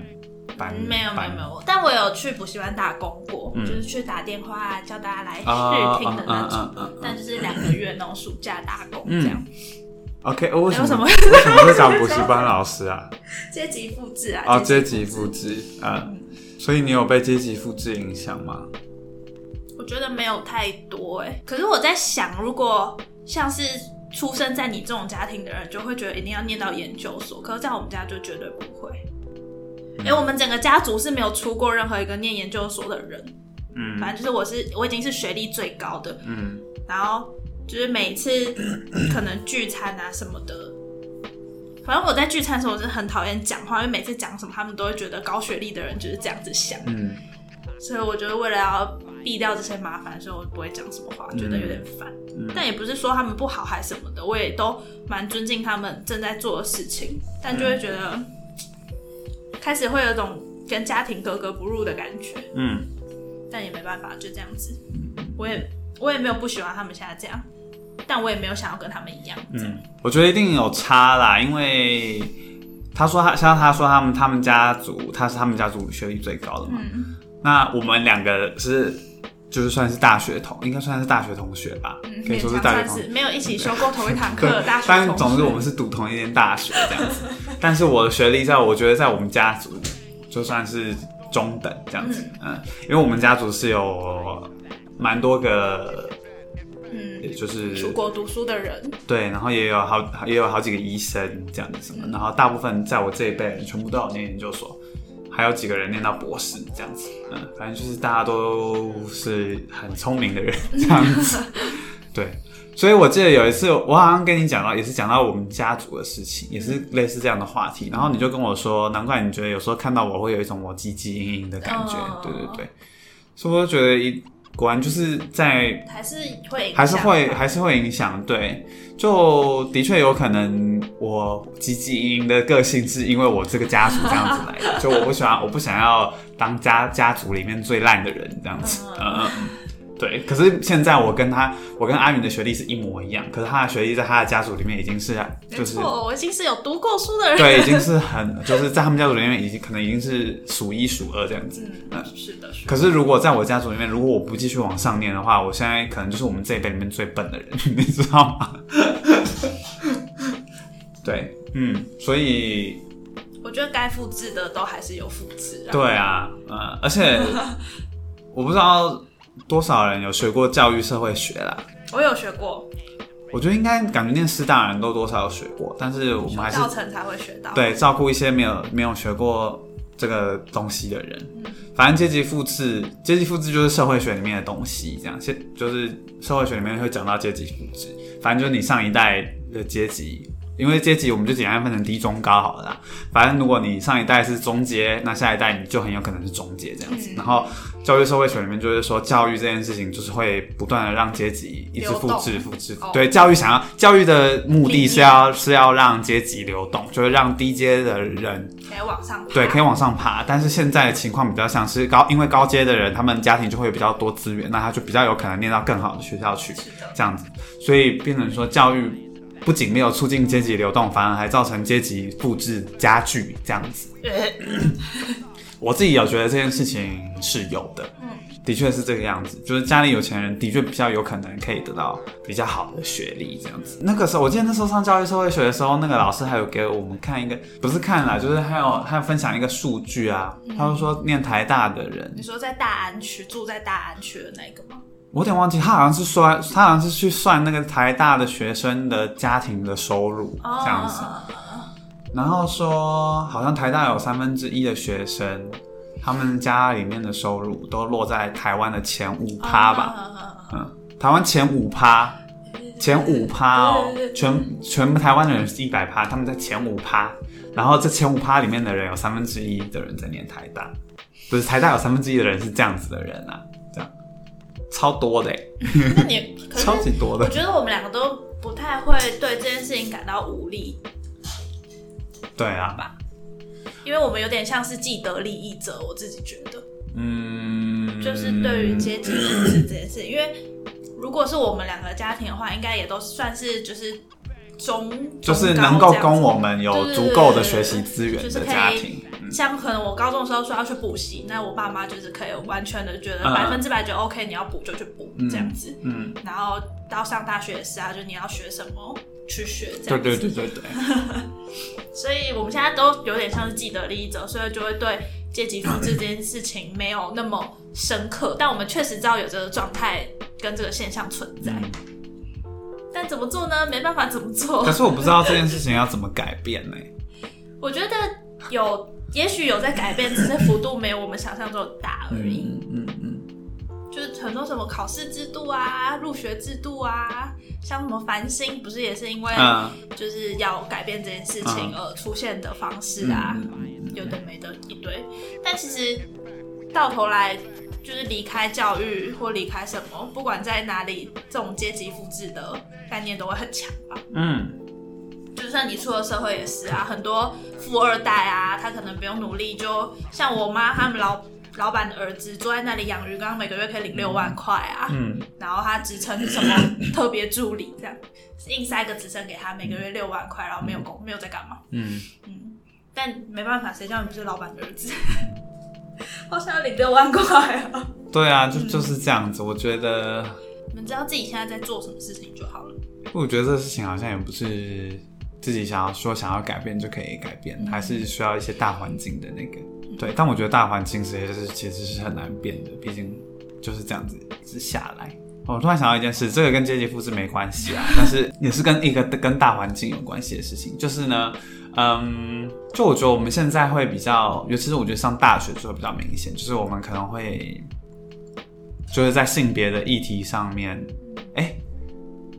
班，嗯没有没班有没有，但我有去补习班打工过，嗯就是去打电话啊叫大家来啊试听的那种，啊啊啊啊但就是两个月那种暑假打工嗯这样， OK，哦为什哎为什么么为什么会讲补 习班老师啊？阶级复制啊，哦，阶阶级复复制，制啊，所以你有被阶级复制影响吗？我觉得没有太多哎、可是我在想，如果像是出生在你这种家庭的人，就会觉得一定要念到研究所，可是在我们家就绝对不会。嗯哎、我们整个家族是没有出过任何一个念研究所的人，嗯反正就是我是我已经是学历最高的，嗯，然后就是每次可能聚餐啊什么的，反正我在聚餐的时候我是很讨厌讲话，因为每次讲什么他们都会觉得高学历的人就是这样子想，嗯，所以我觉得为了要避掉这些麻烦，所以我不会讲什么话，觉得有点烦。嗯但也不是说他们不好还是什么的，我也都蛮尊敬他们正在做的事情，但就会觉得、开始会有一种跟家庭格格不入的感觉，嗯，但也没办法，就这样子。我也我也没有不喜欢他们现在这样，但我也没有想要跟他们一样。嗯，我觉得一定有差啦，因为他说他像他说他们他们家族他是他们家族学历最高的嘛，嗯那我们两个是就是算是大学同，应该算是大学同学吧，嗯，可以勉说强是大学算同学是。没有一起修过同一堂课对的大，学同学。但总之我们是读同一间大学这样子。 但是我的学历在我觉得在我们家族就算是中等这样子，嗯，因为我们家族是有蛮多个，嗯，就是出国读书的人，对，然后也有好也有好几个医生这样子什么，然后大部分在我这一辈人全部都有念研究所。还有几个人念到博士这样子，嗯，反正就是大家都是很聪明的人这样子，对。所以我记得有一次，我好像跟你讲到，也是讲到我们家族的事情，也是类似这样的话题。然后你就跟我说，难怪你觉得有时候看到我会有一种我唧唧嘤嘤的感觉，哦对对对。所以我就觉得一果然就是在还是会影响还是会还是会影响，对，就的确有可能我积极营营的个性是因为我这个家族这样子 来的，就我不喜欢我不想要当家家族里面最烂的人这样子，嗯嗯嗯，嗯对。可是现在我跟他，我跟阿云的学历是一模一样，可是他的学历在他的家族里面已经是就没是错，我已经是有读过书的人。对，已经是很就是在他们家族里面已经可能已经是数一数二这样子，嗯，是的，是的。可是如果在我家族里面，如果我不继续往上念的话，我现在可能就是我们这一辈里面最笨的人， 你知道吗？ 对，嗯，所以我觉得该复制的都还是有复制啊。对啊，呃，而且我不知道多少人有学过教育社会学啦，我有学过，我觉得应该感觉念师大的人都多少有学过，但是我们还是教程才会学到。，对，照顾一些没有没有学过这个东西的人。反正阶级复制，阶级复制就是社会学里面的东西，这样，现就是社会学里面会讲到阶级复制。反正就是你上一代的阶级，因为阶级我们就简单分成低、中、高好了啦。反正如果你上一代是中阶，那下一代你就很有可能是中阶这样子。嗯然后教育社会学里面就是说，教育这件事情就是会不断的让阶级一直流复动制、复制。哦对，教育想要教育的目的是理念要是要让阶级流动，就是让低阶的人可以往上爬。对可以往上爬。但是现在的情况比较像是高，因为高阶的人他们家庭就会有比较多资源，那他就比较有可能念到更好的学校去，是 的，这样子，所以变成说教育不仅没有促进阶级流动，反而还造成阶级复制加剧这样子。呃我自己有觉得这件事情是有的，嗯的确是这个样子，就是家里有钱人的确比较有可能可以得到比较好的学历这样子。那个时候，我记得那时候上教育社会学的时候，那个老师还有给我们看一个，不是看啦，就是还有还有分享一个数据啊，嗯他就说念台大的人你说在大安区住在大安区的那个吗？我有点忘记，他好像是算，他好像是去算那个台大的学生的家庭的收入哦这样子，然后说好像台大有三分之一的学生，他们家里面的收入都落在台湾的前五嗯趴啊吧，吧，嗯，台湾前五趴，前五趴哦对对，对全全台湾的人是一百趴，他们在前五趴，然后这前五趴里面的人有三分之一的人在念台大，不是台大有三分之一的人是这样子的人啊，这样超多的欸、那你可是超级多我的，觉得我们两个都不太太会对这件事情感到无力，对啊，因为我们有点像是既得利益者，我自己觉得。嗯，就是对于阶级意识这件事，因为如果是我们两个家庭的话，应该也都算是就是中，就中是高能够这样子供我们有对对足对够的对学习资源就是的可家以庭，嗯像可能我高中的时候说要去补习，那我爸妈就是可以完全的觉得嗯百分之百就 OK，你要补就去补嗯这样子。嗯，然后到上大学也是啊，就你要学什么去学这样子。对对对对对，所以我们现在都有点像是既得利益者，所以就会对阶级复制这件事情没有那么深刻。但我们确实知道有这个状态跟这个现象存在，嗯但怎么做呢？没办法怎么做 可。是我不知道这件事情要怎么改变呢、我觉得有，也许有在改变，只是幅度没有我们想象中的大而已。嗯嗯嗯，就是很多什么考试制度啊、入学制度啊，像什么繁星，不是也是因为嗯就是要改变这件事情嗯而出现的方式啊，嗯嗯嗯有的没的一堆。但其实到头来，就是离开教育或离开什么，不管在哪里，这种阶级复制的概念都会很强吧。嗯，就算你出了社会也是啊，很多富二代啊，他可能不用努力，就像我妈他们老老板的儿子坐在那里养鱼缸，每个月可以领六万块啊，嗯然后他职称是什么特别助理这样，硬塞个职称给他，每个月六万块，然后没有工没有在干嘛，嗯，嗯，但没办法，谁叫你不是老板的儿子？ 好想要领六万块啊！对啊，就就是这样子。我觉得，你们知道自己现在在做什么事情就好了。我觉得这事情好像也不是自己想要说想要改变就可以改变，还是需要一些大环境的那个。对，但我觉得大环境这些是其实是很难变的，毕竟就是这样子一直下来。哦我突然想到一件事，这个跟阶级复制没关系啊，但是也是跟一个跟大环境有关系的事情，就是呢，嗯，就我觉得我们现在会比较，尤其是我觉得上大学之后比较明显，就是我们可能会就是在性别的议题上面，哎、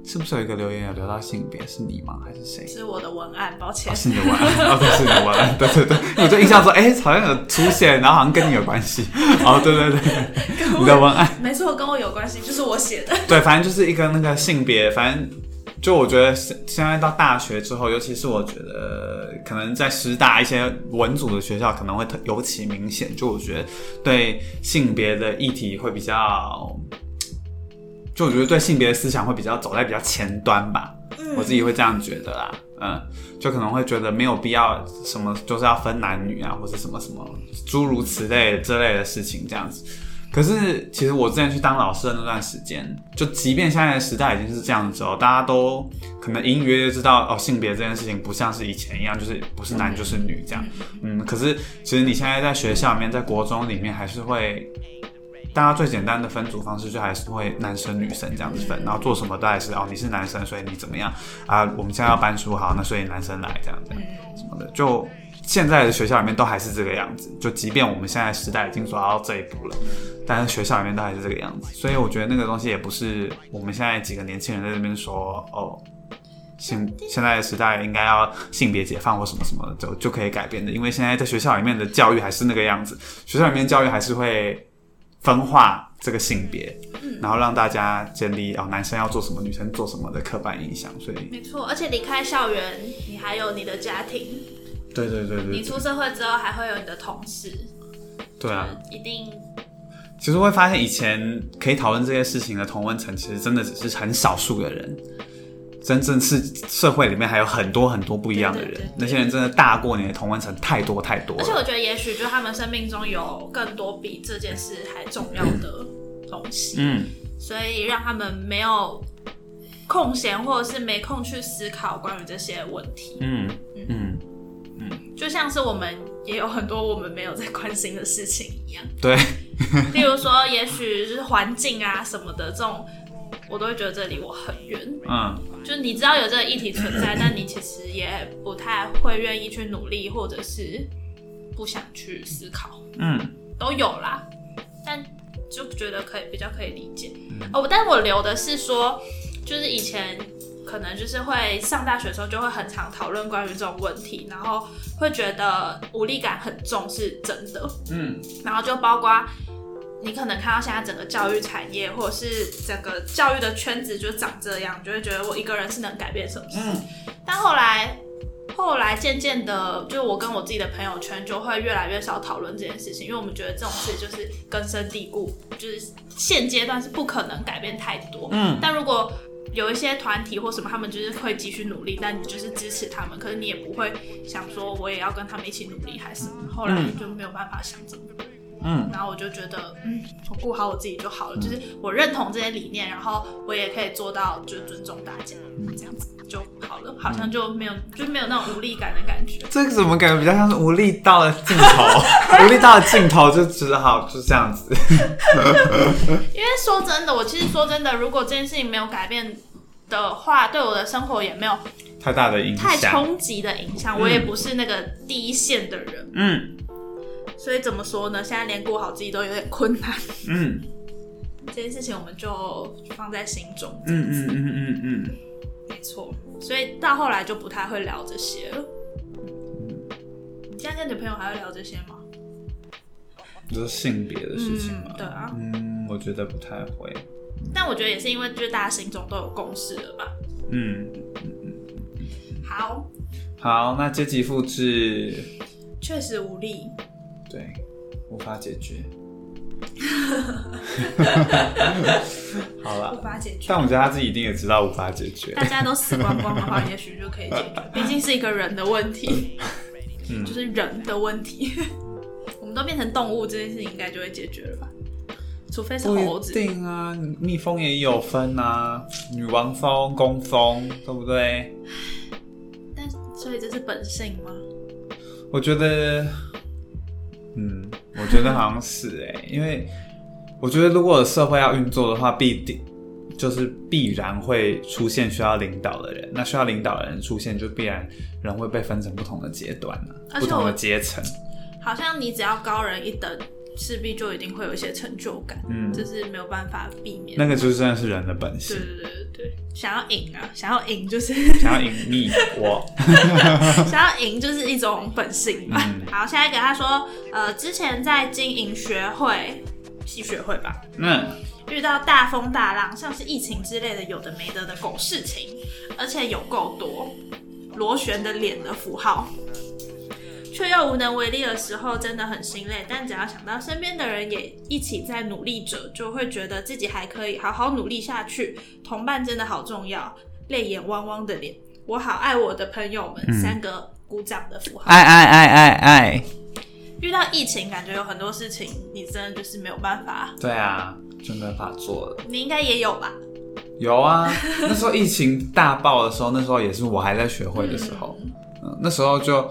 是不是有一个留言有留到性别？是你吗？还是谁？是我的文案，抱歉哦，。是你的文案，哦，对，是你的文案， 对对对，因为我就印象说，哎、好像有出现，然后好像跟你有关系，哦，对对对， 你的文案， 没错，跟我有关系，就是我写的。 对，反正就是一个那个性别，反正就我觉得现现在到大学之后，尤其是我觉得可能在师大一些文组的学校可能会特尤其明显，就我觉得对性别的议题会比较，就我觉得对性别的思想会比较走在比较前端吧，嗯我自己会这样觉得啦，嗯，就可能会觉得没有必要什么就是要分男女啊，或者什么什么诸如此类之类的事情这样子。可是其实我之前去当老师的那段时间，就即便现在的时代已经是这样子哦，大家都可能隐隐约约知道哦，性别这件事情不像是以前一样，就是不是男就是女这样。嗯，可是其实你现在在学校里面，在国中里面还是会大家最简单的分组方式就还是会男生女生这样子分，然后做什么都还是哦，你是男生，所以你怎么样啊？我们现在要搬书好，那所以男生来这样这样什么的，就现在的学校里面都还是这个样子。就即便我们现在时代已经走到这一步了，但是学校里面都还是这个样子。所以我觉得那个东西也不是我们现在几个年轻人在这边说哦。性现在的时代应该要性别解放或什么什么的就就可以改变的，因为现在在学校里面的教育还是那个样子，学校里面教育还是会分化这个性别，然后让大家建立哦男生要做什么，女生做什么的刻板印象。所以， 没错，而且离开校园，你还有你的家庭，对对对你对，出社会之后还会有你的同事，对啊，一定其实会发现以前可以讨论这些事情的同温层，其实真的只是很少数的人。真正是社会里面还有很多很多不一样的人，对对对对那些人真的大过你的同温层太多太多而且了。我觉得，也许就他们生命中有更多比这件事还重要的东西，嗯，所以让他们没有空闲或者是没空去思考关于这些问题。嗯嗯，就像是我们也有很多我们没有在关心的事情一样，对，例如说，也许是环境啊什么的这种，我都会觉得这离我很远。嗯就是你知道有这个议题存在，但你其实也不太会愿意去努力，或者是不想去思考。嗯都有啦，但就觉得可以比较可以理解。哦，但我留的是说，就是以前可能就是会上大学的时候就会很常讨论关于这种问题，然后会觉得无力感很重是真的，嗯然后就包括。你可能看到现在整个教育产业，或者是整个教育的圈子就长这样，你就会觉得我一个人是能改变什么事。嗯但后来，后来渐渐的，就我跟我自己的朋友圈就会越来越少讨论这件事情，因为我们觉得这种事就是根深蒂固，就是现阶段是不可能改变太多。嗯，但如果有一些团体或什么，他们就是会继续努力，但你就是支持他们，可是你也不会想说我也要跟他们一起努力还是什么。后来嗯就没有办法想这么多，嗯，然后我就觉得，嗯，我顾好我自己就好了，就是我认同这些理念，然后我也可以做到，就是尊重大家，嗯这样子就好了，好像就没有就没有那种无力感的感觉。这个怎么感觉比较像是无力到了 尽头，无力到了尽头就只好就这样子。因为说真的，我其实说真的，如果这件事情没有改变的话，对我的生活也没有太大的影太响。冲击的影响，我也不是那个第一线的人。嗯所以怎么说呢？现在连顾好自己都有点困难，嗯这件事情我们就放在心中嗯。嗯嗯嗯嗯没错，所以到后来就不太会聊这些了。你现在跟你朋友还会聊这些吗？嗯，就是性别的事情嘛嗯。对啊嗯，我觉得不太会。但我觉得也是因为就是大家心中都有共识了吧。嗯，好，好，那阶级复制，确实无力。对，无法解决。好无了，法解决但。我觉得他自己一定也知道无法解决大。家都死光光的话，也许就可以解决，毕竟是一个人的问题，嗯就是人的问题。 我们都变成动物，这件事情应该就会解决了吧？除非是猴不一子。定啊，蜜蜂也有分啊，女王蜂、工蜂，对不对？但所以这是本性吗？我觉得，嗯，我觉得好像是哎、因为我觉得如果社会要运作的话，必定就是必然会出现需要领导的人，那需要领导的人出现，就必然人会被分成不同的阶段啊，而且不我同的阶层，好像你只要高人一等，势必就一定会有一些成就感，嗯，这是没有办法避免的。那个就真的是人的本性对，对对对对，想要赢 啊，想要赢就是 想要赢你 我，想要赢就是一种本性嘛。嗯好，下一个他说，呃，之前在经营学会，系学会吧，嗯遇到大风大浪，像是疫情之类的有的没的的狗事情，而且有够多螺旋的脸的符号，却又无能为力的时候，真的很心累。但只要想到身边的人也一起在努力着，就会觉得自己还可以好好努力下去。同伴真的好重要，泪眼汪汪的脸，我好爱我的朋友们，嗯三个鼓掌的符号。爱爱爱爱爱，遇到疫情，感觉有很多事情你真的就是没有办法，对啊，就没法做了。你应该也有吧？有啊，那时候疫情大爆的时候，那时候也是我还在学会的时候，嗯，那时候就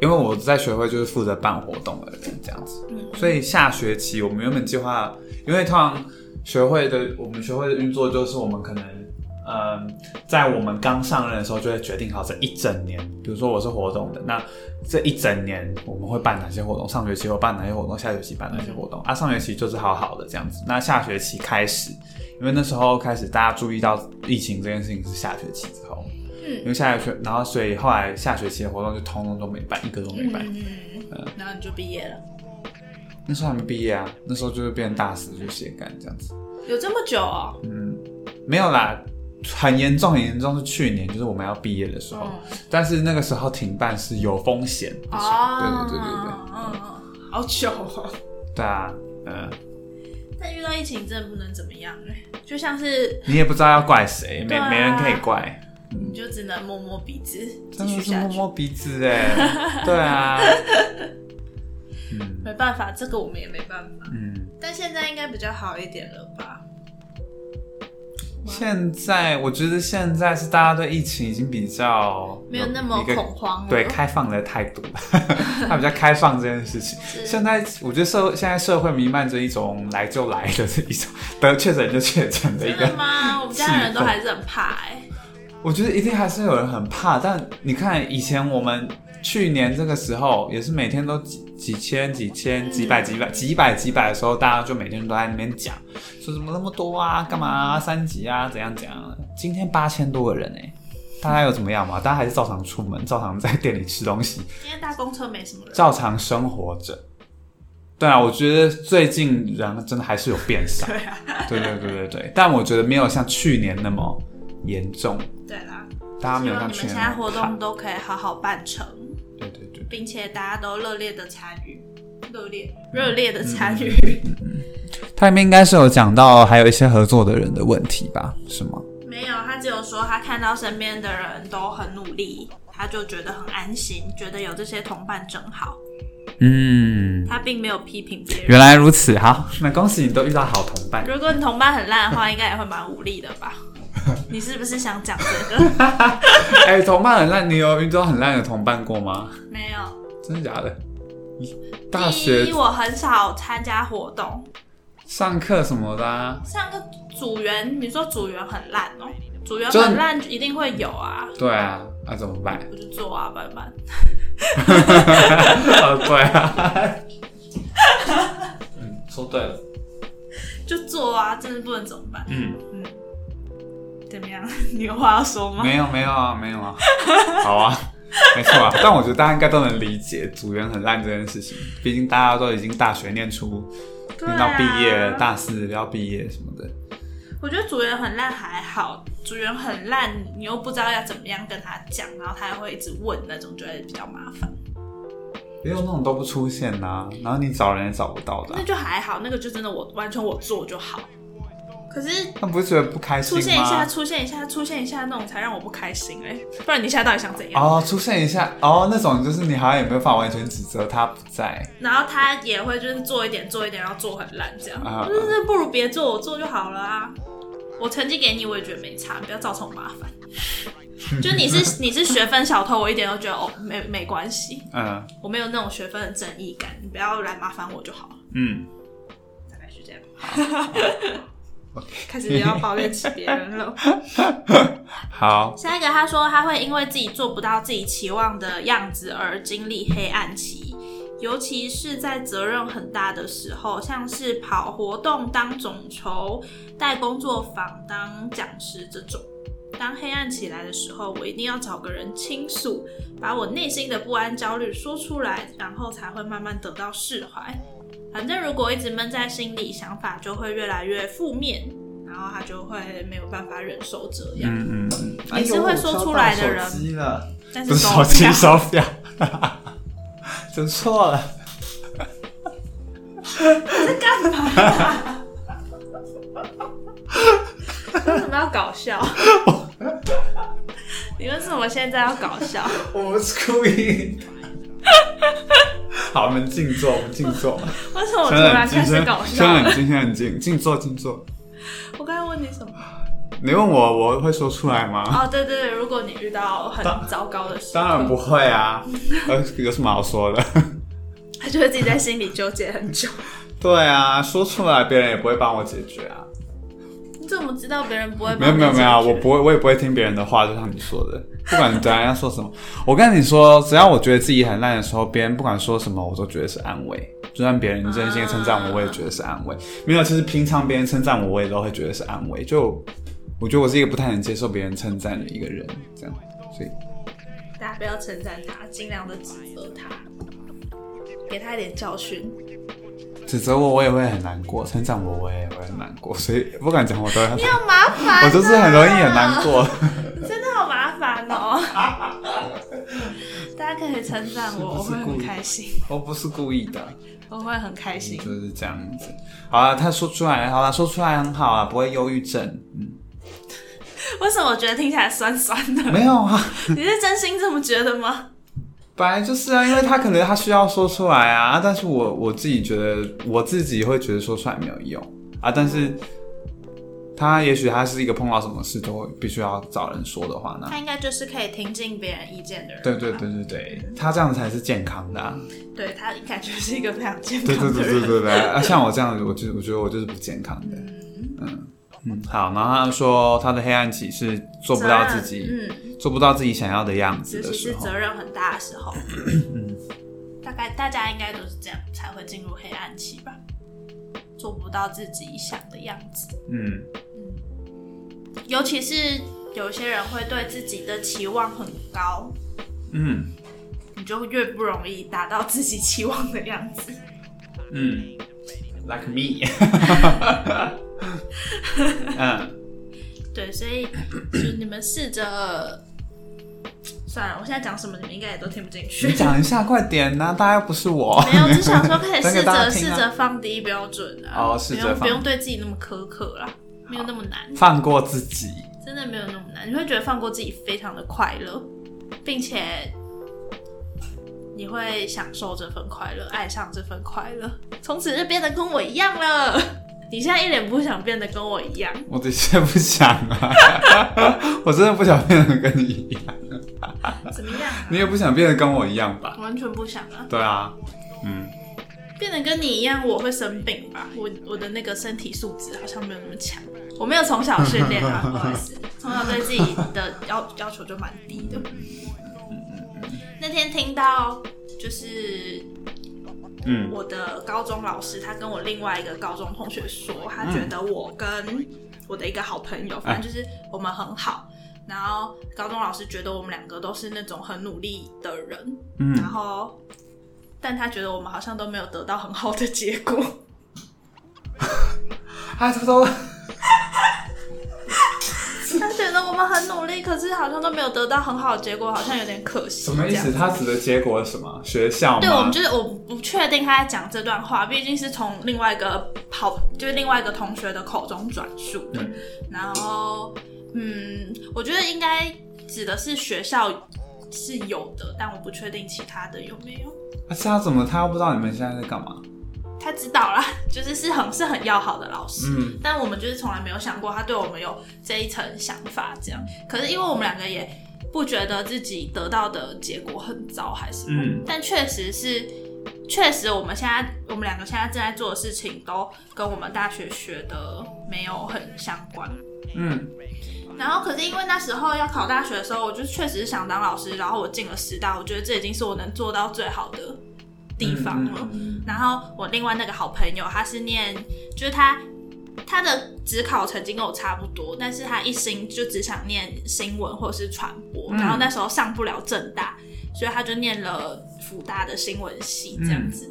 因为我在学会就是负责办活动的人这样子，嗯，所以下学期我们原本计划，因为通常学会的我们学会的运作就是我们可能。嗯，在我们刚上任的时候，就会决定好这一整年。比如说我是活动的，那这一整年我们会办哪些活动？上学期会办哪些活动？下学期办哪些活动？啊，上学期就是好好的这样子。那下学期开始，因为那时候开始大家注意到疫情这件事情是下学期之后，嗯因为下学期，然后所以后来下学期的活动就通通都没办，一个都没办。嗯，然后你就毕业了，那时候还没毕业啊，那时候就是变大四去斜杠这样子。有这么久哦？嗯，没有啦，很严重，很严重是去年，就是我们要毕业的时候，嗯但是那个时候停办是有风险的时候，哦，对对对对对，嗯嗯，好久哦。对啊，嗯，但遇到疫情真的不能怎么样哎，就像是你也不知道要怪谁，没、对啊没人可以怪。你就只能摸摸鼻子继真续的是下摸去，摸鼻子 哎，对啊，嗯没办法，这个我们也没办法。嗯，但现在应该比较好一点了吧？现在我觉得现在是大家对疫情已经比较没有那么一个恐慌了，对开放的态 度，他比较开放这件事情。是现在我觉得社现在社会弥漫着一种来就来的这一种 得确诊就确诊的一真个的吗？我们家人都还是很怕哎，我觉得一定还是有人很怕，但你看以前我们去年这个时候也是每天都几几千、几千、几百、几百、几百、几百的时候，大家就每天都在那边讲，说怎么那么多啊，干嘛啊、三级啊，怎样怎样啊。今天八千多个人哎、大家有怎么样吗？大家还是照常出门，照常在店里吃东西，今天搭公车没什么人，照常生活着。对啊，我觉得最近人真的还是有变少。对啊，对对对对对，但我觉得没有像去年那么严重，对啦，大家没希有啊望像你去们现年在那活么动惨。都可以好好办成。对对对，并且大家都热烈的参与，热烈热烈的参嗯与。他里面应该是有讲到还有一些合作的人的问题吧？是吗？没有，他只有说他看到身边的人都很努力，他就觉得很安心，觉得有这些同伴真好。嗯，他并没有批评别人。原来如此。好，那恭喜你都遇到好同 伴。如果你同伴很烂的话，应该也会蛮无力的 吧？你是不是想讲这个？哎、同伴很烂，你有遇到很烂的同伴过吗？没有。真的假的？大第学一，我很少参加活动，上课什么的、啊，像个组员，你说组员很烂哦、组员就是很烂一定会有啊，对啊，那、怎么办？我就做啊，拜拜。啊，对啊。嗯，说对了。就做啊，真的不能怎么办？嗯，怎么样？ 你有话要说吗？没有没有啊，没有啊。好啊，没错啊。 但我觉得大家应该都能理解组员很烂这件事情，毕竟大家都已经大学念出，对啊念到毕业了，大四要毕业什么的。我觉得组员很烂还好，组员很烂，你又不知道要怎么样跟他讲，然后他还会一直问那种，就会比较麻烦。也有那种都不出现呐、然后你找人也找不到的啊、那就还好，那个就真的我完全我做就好。可是那不是觉得不开心出吗？现一下，出现一下，出现一下那种才让我不开心哎、不然你现在到底想怎样？哦，出现一下哦，那种就是你好像也没有办法完全指责他不在，然后他也会就是做一点做一点，然后做很烂这样，啊就是那不如别做，我做就好了啊。我成绩给你，我也觉得没差，不要造成我麻烦。就你是 你是学分小偷，我一点都觉得哦没没关系，嗯我没有那种学分的正义感，你不要来麻烦我就好了，嗯，大概是这样。 开始要抱怨起别人了。好，下一个，他说他会因为自己做不到自己期望的样子而经历黑暗期，尤其是在责任很大的时候，像是跑活动当总筹、带工作坊当讲师这种。当黑暗期来的时候，我一定要找个人倾诉，把我内心的不安、焦虑说出来，然后才会慢慢得到释怀。反正如果一直闷在心里，想法就会越来越负面，然后他就会没有办法忍受这样。嗯嗯嗯，哎呦是会说出来的人哎我收到手机了，但不是是手不机到手表， 整错了，为什么要搞 笑？你为什么现在要搞笑？我不是故意 的。好，我们静坐，我们静坐。为什么我突现在然很静，开始现搞在笑现？在很静，现在很静，静坐，静坐。我刚才问你什么？你问我，我会说出来吗？ 哦，对对对，如果你遇到很糟糕的事，当然不，会啊，呃，有什么好说的？他就会自己在心里纠结很久。对啊，说出来别人也不会帮我解决啊。你怎么知道别人不会帮你没有没有没有，解决我不会，我也不会听别人的话，就像你说的，不管等人家说什么， 我跟你说，只要我觉得自己很烂的时候，别人不管说什么，我都觉得是安慰。就算别人真心称赞我，我也觉得是安慰。没有，其实平常别人称赞我，我也都会觉得是安慰。就我觉得我是一个不太能接受别人称赞的一个人，这样，所以大家不要称赞他，尽量的指责他，给他一点教训。指责我，我也会很难过；称赞我，我也会很难过。所以不敢讲，我都会很你，好麻烦、啊我就是很容易很难，过。 真的好麻烦哦。大家可以称赞我，我会是不是故意很开心，我不是故意的。我会很开心。就是这样子。好了，他说出来，好了，说出来很好啊，不会忧郁症。嗯，为什么我觉得听起来酸酸的？没有啊，你是真心这么觉得吗？本来就是啊，因为他可能他需要说出来啊，但是我我自己觉得，我自己会觉得说出来没有用啊，但是。他也许他是一个碰到什么事都必须要找人说的话呢他？应该就是可以听进别人意见的人。啊对对，对对对，他这样才是健康的、啊。对他感觉是一个非常健对康的对人。对对对对，啊，像我这样子，我就我觉得我就是不健康的。嗯嗯，好，然后他说他的黑暗期是做不到自己，责任嗯，做不到自己想要的样子尤的其时是候，责任很大的时候，嗯大概大家应该都是这样才会进入黑暗期吧，做不到自己想的样子。嗯，尤其是有些人会对自己的期望很高，嗯，你就越不容易达到自己期望的样子。嗯 ，like me，嗯，对，所 以就是你们试着，算了，我现在讲什么你们应该也都听不进你去。讲一下，快点呐、大家又不是我。没有，只想说可以讲给试大着家听试啊着放低标准啊，哦试着不用放不用对自己那么苛刻啦，没有那么难，放过自己，真的没有那么难，你会觉得放过自己非常的快乐，并且你会享受这份快乐，爱上这份快乐，从此就变得跟我一样了。 你现在一脸不想变得跟我一样，我的确不想啊， 我真的不想变得跟你一样，怎么样、啊你？也不想变得跟我一样吧？完全不想啊！对啊，嗯，变得跟你一样，我会生病吧？我我的那个身体素质好像没有那么强，我没有从小训练啊，不好意思，从小对自己的要要求就蛮低的。那天听到就是嗯我的高中老师，他跟我另外一个高中同学说，他觉得我跟我的一个好朋友，反正就是我们很好。然后高中老师觉得我们两个都是那种很努力的人，然嗯，后，但他觉得我们好像都没有得到很好的结果。 他都他觉得我们很努力，可是好像都没有得到很好的结果，好像有点可惜。什么意这思？样？他指的结果是什么？学校吗？对，我们就是我不确定他在讲这段话，毕竟是从另外一个好，就是另外一个同学的口中转述的。嗯然后，嗯，我觉得应该指的是学校是有的，但我不确定其他的有没有。啊是他怎么他又不知道你们现在在干嘛？他知道啦，就是是很是很要好的老师，嗯但我们就是从来没有想过他对我们有这一层想法，这样。可是因为我们两个也不觉得自己得到的结果很糟，还是什么嗯但确实是，确实我们现在我们两个现在正在做的事情都跟我们大学学的没有很相关。嗯然后，可是因为那时候要考大学的时候，我就确实是想当老师，然后我进了师大，我觉得这已经是我能做到最好的地方了。嗯然后我另外那个好朋友，他是念，就是他他的职考成绩跟我差不多，但是他一心就只想念新闻或者是传播，嗯然后那时候上不了正大，所以他就念了福大的新闻系这样子。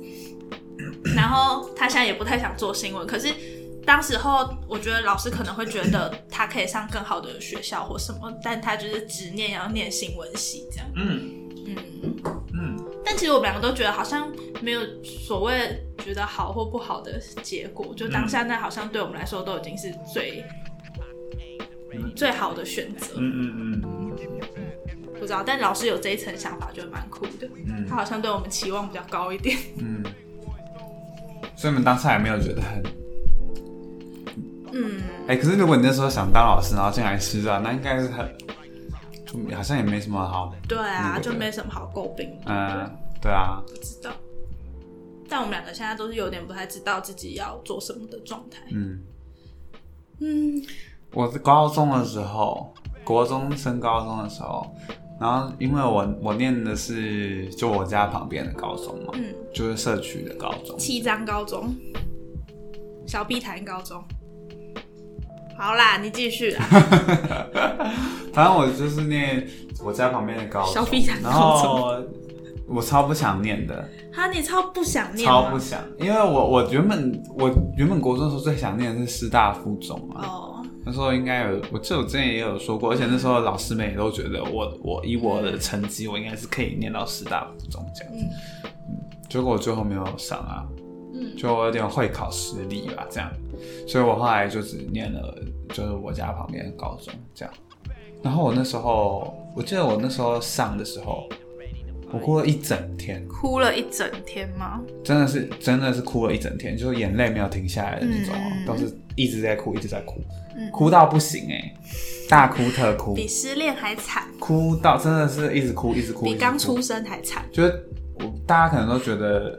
然后他现在也不太想做新闻，可是。当时候，我觉得老师可能会觉得他可以上更好的学校或什么，但他就是执念要念新闻系这样。嗯嗯，嗯，但其实我们两个都觉得好像没有所谓觉得好或不好的结果，就当下那好像对我们来说都已经是最、嗯最好的选择。嗯嗯嗯不知道，但老师有这一层想法，觉得蛮酷的。嗯他好像对我们期望比较高一点。嗯，所以你们当下也没有觉得很嗯，哎、可是如果你那时候想当老师，然后进来师大，那应该是很，就好像也没什么好，对那啊，个就没什么好诟病的。嗯、对啊，不知道。但我们两个现在都是有点不太知道自己要做什么的状态。嗯，嗯，我高中的时候，国中升高中的时候，然后因为我我念的是就我家旁边的高中嘛，嗯，就是社区的高中，七张高中，小碧潭高中。好啦，你继续啊啦。 反正我就是念我家旁边的高小中屁孩，然高后我超不想念啊的，哈，你超不想念啊超吗不？想，因为我我原本我原本国中的时候最想念的是师大附中啊。哦，那时候应该有，我记得我之前也有说过，而且那时候老师们也都觉得我我以我的成绩，我应该是可以念到师大附中这样。嗯结果我最后没有上啊，嗯就我有点会考失利吧，这样，所以我后来就只念了就是我家旁边的高中这样。然后我那时候，我记得我那时候上的时候，我哭了一整天，哭了一整天吗？真的是真的是哭了一整天，就是眼泪没有停下来的那种哦，嗯都是一直在哭，一直在哭，嗯哭到不行哎、大哭特哭，比失恋还惨，哭到真的是一直哭，一直哭，一比直哭刚出，生还惨。就是我大家可能都觉得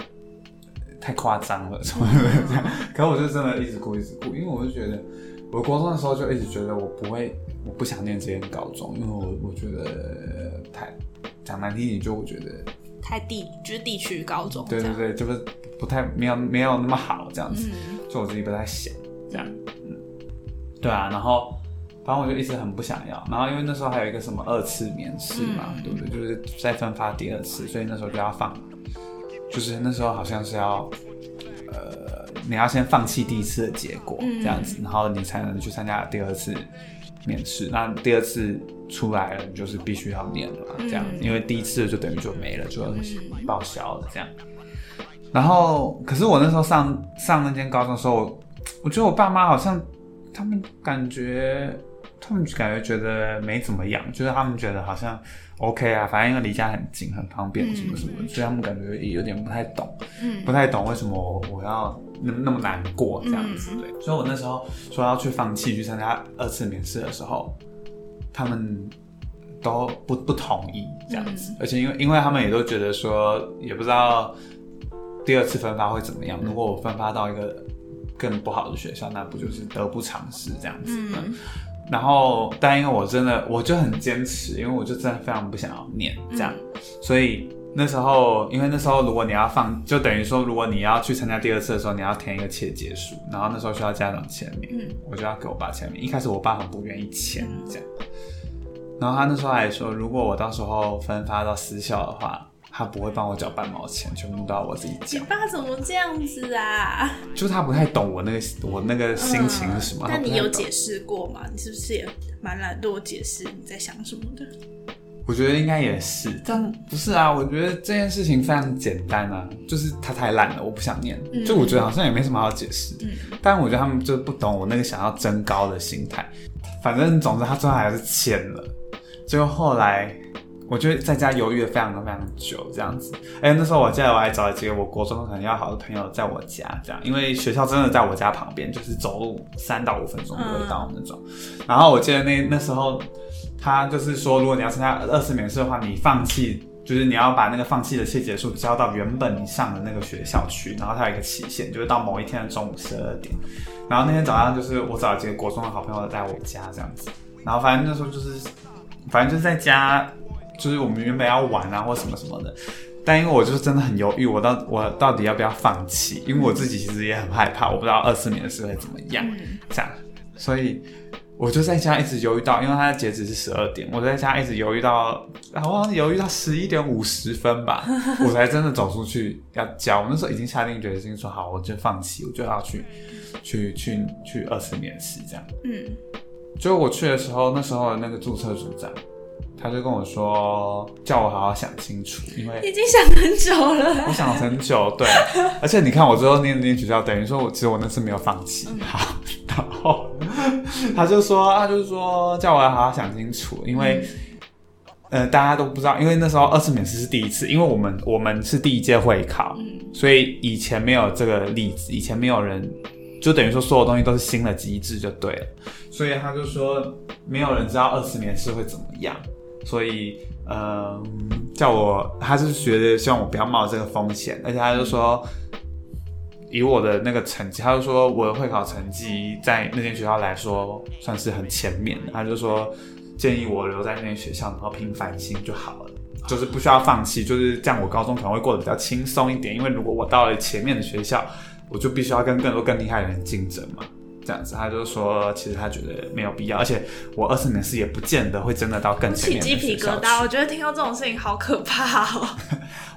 呃太夸张了什 么的这样，可我就真的一直哭，一直哭，因为我就觉得我国中的时候就一直觉得我不会，我不想念这间高中，因为我我觉得呃太讲难听一点，就我觉得太地就是地区高中这对对样。对，就是不太没有没有那么好这样子，嗯，就我自己不太想这样，嗯，对啊，然后反正我就一直很不想要，然后因为那时候还有一个什么二次面试嘛，嗯对不对？就是在分发第二次，所以那时候就要放，就是那时候好像是要呃呃，你要先放弃第一次的结果，嗯这样子，然后你才能去参加第二次面试。那第二次出来了，你就是必须要念了嘛，这样，嗯因为第一次就等于就没了，就嗯报销了这样。然后，可是我那时候上上那间高中的时候，我我觉得我爸妈好像他们感觉。他们感觉觉得没怎么样，就是他们觉得好像 OK 啊，反正因为离家很近，很方便什么什么的，嗯所以他们感觉也有点不太懂。嗯不太懂为什么我我要那那么难过这样子，嗯对。所以我那时候说要去放弃去参加二次面试的时候，他们都不不同意这样嗯子，而且因为因为他们也都觉得说也不知道第二次分发会怎么样，嗯如果我分发到一个更不好的学校，那不就是得不偿失这样子？嗯然后，但因为我真的我就很坚持，因为我就真的非常不想要念这样，嗯所以那时候，因为那时候如果你要放，就等于说如果你要去参加第二次的时候，你要填一个切结书，然后那时候需要家长签名，嗯我就要给我爸签名。一开始我爸很不愿意签这样，然后他那时候还说，如果我到时候分发到私校的话。他不会帮我缴半毛钱，全部都要我自己你缴。爸怎么这样子啊？嗯就他不太懂我那个我那个 心情是什么。那他不你太有懂解释过吗？你是不是也蛮懒惰解释你在想什么的？我觉得应该也是，但不是啊。我觉得这件事情非常简单啊，就是他太烂了，我不想念。嗯就我觉得好像也没什么好解释，嗯但我觉得他们就是不懂我那个想要争高的心态。反正总之他最后还是签了，结果后来我就在家犹豫了非常非常久，这样子。哎、那时候我记得我还找了几个我国中很要好的朋友在我家，这样，因为学校真的在我家旁边，就是走路三到五分钟就会到那种。然后我记得那那时候他就是说，如果你要参加二次免试的话，你放弃。就是你要把那个放弃的谢结束交到原本你上的那个学校去，然后它有一个期限，就是到某一天的中午十二点。然后那天早上就是我找了几个国中的好朋友来我家这样子，然后反正那时候就是，反正就是在家，就是我们原本要玩啊或什么什么的，但因为我就是真的很犹豫，我到我到底要不要放弃，因为我自己其实也很害怕，我不知道二四年的事会怎么样嗯这样，所以我就在家一直犹豫到，因为它的截止是十二点，我在家一直犹豫到，好像犹豫到十一点五十分吧，我才真的走出去要交。我那时候已经下定决心说好，我就放弃，我就要去去去去二次面试这样。嗯就我去的时候，那时候的那个注册组长，他就跟我说，叫我好好想清楚，因为已经想很久 我了。想了很久，对，而且你看我最后念念学校，等于说我其实我那次没有放弃，好，然后他就说，他就说叫我好好想清楚，因为、呃大家都不知道，因为那时候二次免试是第一次，因为我们我们是第一届会考，嗯所以以前没有这个例子，以前没有人，就等于说所有东西都是新的机制就对了。所以他就说，没有人知道二十年是会怎么样，所以嗯，叫我他是觉得希望我不要冒这个风险，而且他就说。以我的那个成绩，他就说我的会考成绩在那间学校来说算是很前面的，他就说建议我留在那间学校，然后拼繁星就好了，就是不需要放弃，就是这样。我高中可能会过得比较轻松一点，因为如果我到了前面的学校，我就必须要跟更多更厉害的人竞争嘛。这样子，他就说，其实他觉得没有必要，而且我二四年是也不见得会真的到更我起前面的鸡学皮校疙去。瘩，我觉得听到这种事情好可怕哦！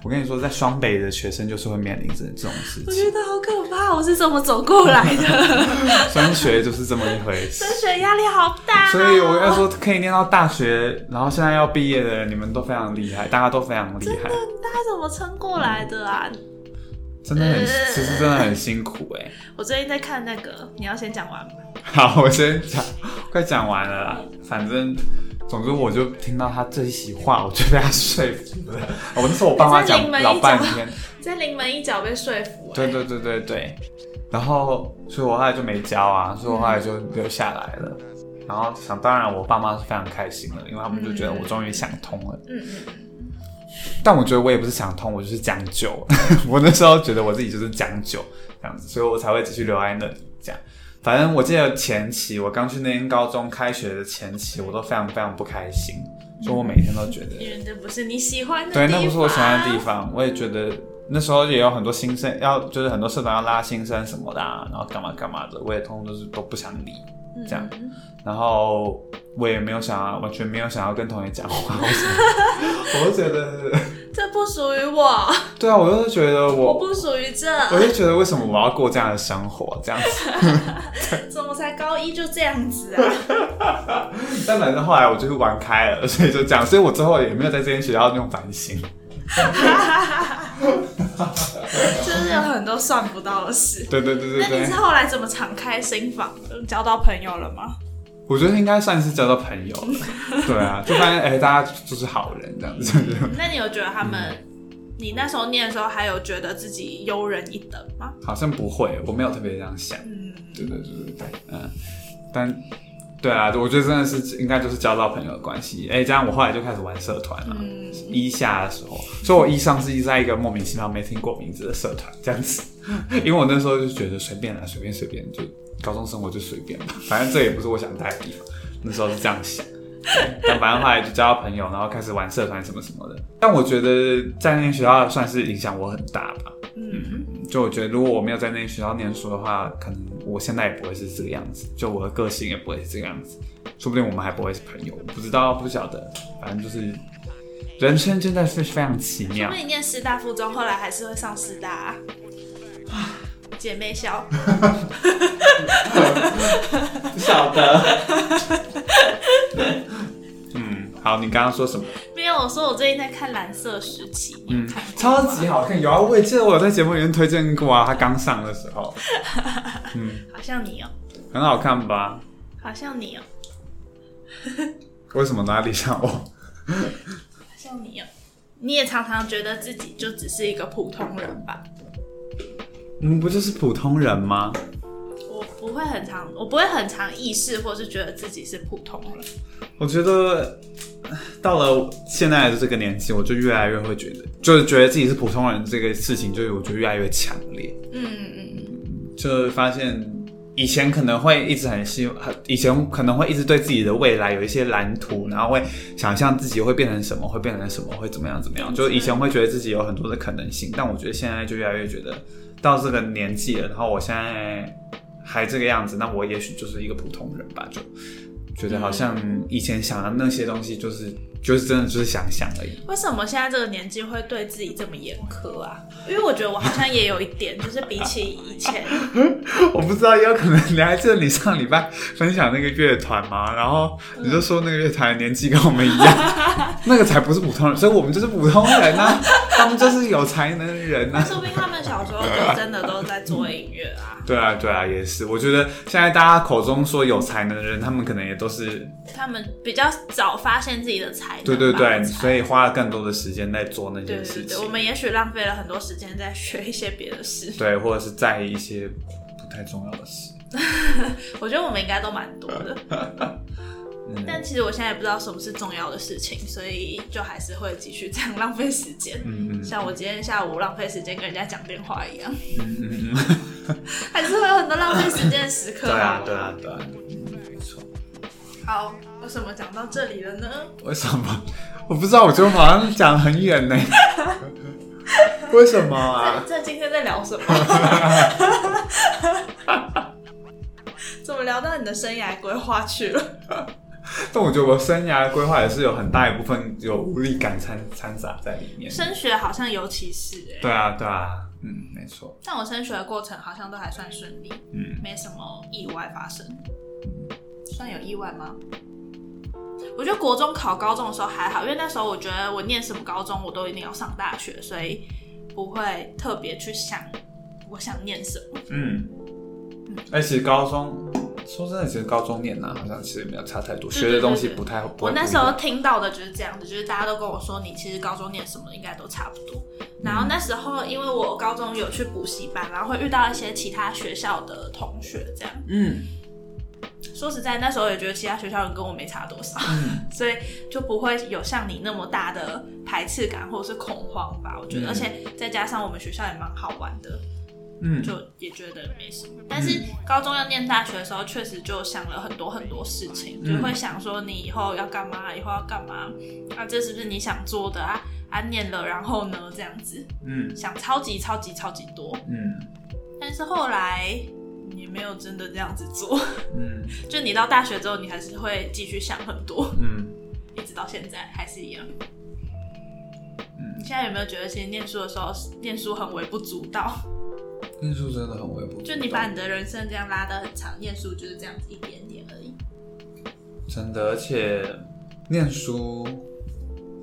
我跟你说，在双北的学生就是会面临这这种事我觉情，得好可怕，我是怎么走过来的？ 升学就是这么一回事升。学压力好大、哦。所以我要说，可以念到大学，然后现在要毕业的，你们都非常厉害，大家都非常厉害，大家怎么撑过来的啊？真的很，呃其实真的很辛苦哎、我最近在看那个，你要先讲完吗？ 好，我先讲，快讲完了啦。反正，总之我就听到他这一席话，我就被他说服了。我那时候我爸妈讲你在临门一老脚半天，在临门一脚被说服、欸。对对对对对。然后，所以我后来就没交啊，所以我后来就嗯留下来了。然后想当然，我爸妈是非常开心的，因为他们就觉得我终于想通了。嗯嗯但我觉得我也不是想通，我就是将就。 我那时候觉得我自己就是将就这样子，所以我才会继续留在那里。这样，反正我记得前期我刚去那间高中开学的前期，我都非常非常不开心，所以我每天都觉得，因为这不是你喜欢的对，地方。那不是我喜欢的地方。我也觉得那时候也有很多新生，要就是很多社团要拉新生什么的、啊，然后干嘛干嘛的，我也通通都是都不想理。嗯这样然后 我也没有想要，完全没有想要跟同学讲话，我什么我就觉得这不属于我，对啊，我就是觉得我我，不属于这，我就觉得为什么我要过这样的生活这样子？ 怎么才高一就这样子啊？但反正后来我就是玩开了，所以就这样，所以我之后也没有在这间学校那种反省。就是有很多算不到的事。对对对对那你对是，后来怎么敞开心房的？交到朋友了吗？我觉得应该算是交到朋 友了。对啊，就发现哎、大家就是好人这样子。 那你有觉得他们，你那时候念的时候，还有觉得自己优人一等吗？好像不会，我没有特别这样想。嗯，对对对对对，嗯，但对啊，我觉得真的是应该就是交到朋友的关系。哎、加上我后来就开始玩社团了、嗯一下的时候，所以我一上是在一个莫名其妙没听过名字的社团这样子， 因为我那时候就觉得随便啦，随便随便，就高中生活就随便吧，反正这也不是我想待的地方，那时候是这样想。但反正后来就交到朋友，然后开始玩社团什么什么的。但我觉得在那间学校算是影响我很大吧。嗯，就我觉得，如果我没有在那些学校念书的话，可能我现在也不会是这个样子，就我的个性也不会是这个样子，说不定我们还不会是朋友，不知道不晓得，反正就是人生真的是非常奇妙那。你念师大附中，后来还是会上师大、啊，姐妹校。不晓得。 嗯，好，你刚刚说什么？没有，我说我最近在看《蓝色时期》，你有嗯看过，超吗级好看，有啊，我也记得我有在节目里面推荐过啊，它刚上的时候，好像你哦，很好看吧？好像你哦，为什么哪里像我？好像你哦。你也常常觉得自己就只是一个普通人吧？我们不就是普通人吗？我不会很常，我不会很常意识，或是觉得自己是普通人。我觉得唉到了现在的这个年纪，我就越来越会觉得，就是觉得自己是普通人这个事情，就是我觉得越来越强烈，嗯嗯就是发现以前可能会一直很希望，很以前可能会一直对自己的未来有一些蓝图，然后会想象自己会变成什么，会变成什么，会怎么样怎么样，就以前会觉得自己有很多的可能性，但我觉得现在就越来越觉得到这个年纪了，然后我现在还这个样子，那我也许就是一个普通人吧，就觉得好像以前想的那些东西，就是就是真的就是想想而已。嗯，为什么现在这个年纪会对自己这么严苛啊？因为我觉得我好像也有一点，就是比起以前， 我不知道，也有可能你还记得你上礼拜分享那个乐团吗？然后你就说那个乐团年纪跟我们一样， 那个才不是普通人，所以我们就是普通人啊，他们就是有才能的人啊。说不定他们小时候就真的都在做音乐啊，对啊，对啊，也是。我觉得现在大家口中说有才能的人，他们可能也都是他们比较早发现自己的才能吧。对 对对，我猜所以花了更多的时间在做那对些对事对，情我，们也许浪费了很多时间在学一些别的事。对，或者是在意一些不太重要的事。我觉得我们应该都蛮多的，嗯 但其实我现在也不知道什么是重要的事情，所以就还是会继续这样浪费时间。嗯嗯像我今天下午浪费时间跟人家讲电话一样，嗯嗯嗯， 还是会有很多浪费时间的时刻对啊对啊对啊，嗯没错。好，为什么讲到这里了呢？为什么？我不知道，我觉得好像讲很远呢。为什么啊？这今天在聊 什么？ 怎么聊到你的生涯规划去了？但我觉得我生涯规划也是有很大一部分有无力感掺掺杂在里面。升学好像尤其是哎、对啊，对啊，嗯，没错，但我升学的过程好像都还算顺利，嗯，没什么意外发生。算有意外吗？我觉得国中考高中的时候还好，因为那时候我觉得我念什么高中我都一定要上大学，所以不会特别去想我想念什么。嗯。哎，其实高中，说真的，其实高中念呢，好像其实没有差太多，对学的东西对对不太。不我会那不一时候样听到的就是这样子，就是大家都跟我说，你其实高中念什么应该都差不多。嗯然后那时候因为我高中有去补习班，然后会遇到一些其他学校的同学这样。嗯，说实在，那时候也觉得其他学校人跟我没差多少， 嗯所以就不会有像你那么大的排斥感或者是恐慌吧。我觉得，嗯而且再加上我们学校也蛮好玩的，嗯，就也觉得没什么。但是高中要念大学的时候，确实就想了很多很多事情，嗯就会想说你以后要干嘛，以后要干嘛，啊，这是不是你想做的啊？啊，念了然后呢，这样子嗯想超级超级超级多。嗯但是后来也没有真的这样子做。 嗯就你到大学之后，你还是会继续想很多，嗯一直到现在还是一样。嗯，你现在有没有觉得，其实念书的时候，念书很微不足道？ 念书真的很微不足道就你把你的人生这样拉得很长，念书就是这样子一点点而已。真的，而且念书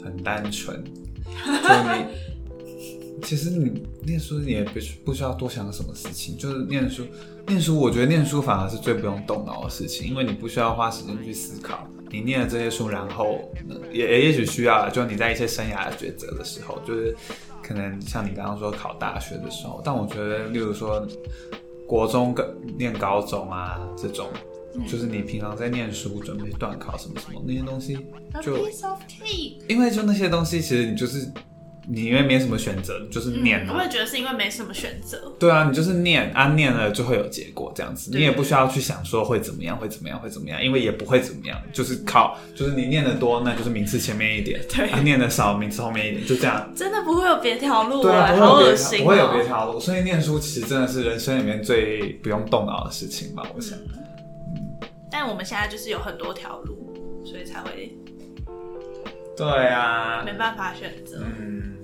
很单纯，就你其实你念书你也不需不需要多想什么事情，就是念书念书，我觉得念书反而是最不用动脑的事情，因为你不需要花时间去思考。你念了这些书，然后呃也也许需要啦，就你在一些生涯的抉择的时候，就是可能像你刚刚说考大学的时候，但我觉得，例如说国中跟念高中啊这种，就是你平常在念书准备段考什么什么那些东西， A 就 piece of cake。因为就那些东西，其实你就是你因为没什么选择，你就是念嗯，啊。我也觉得是因为没什么选择。对啊，你就是念啊，念了就会有结果，这样子，对你也不需要去想说会怎么样，会怎么样，会怎么样，因为也不会怎么样，就是靠，就是你念的多，那就是名次前面一点， 对啊，念的少，名次后面一点，就这样。真的不会有别条路对啊，哎不好会有恶别心、条，哦不会有别条路，所以念书其实真的是人生里面最不用动脑的事情吧，我想。嗯但我们现在就是有很多条路，所以才会对啊，没办法选择。嗯，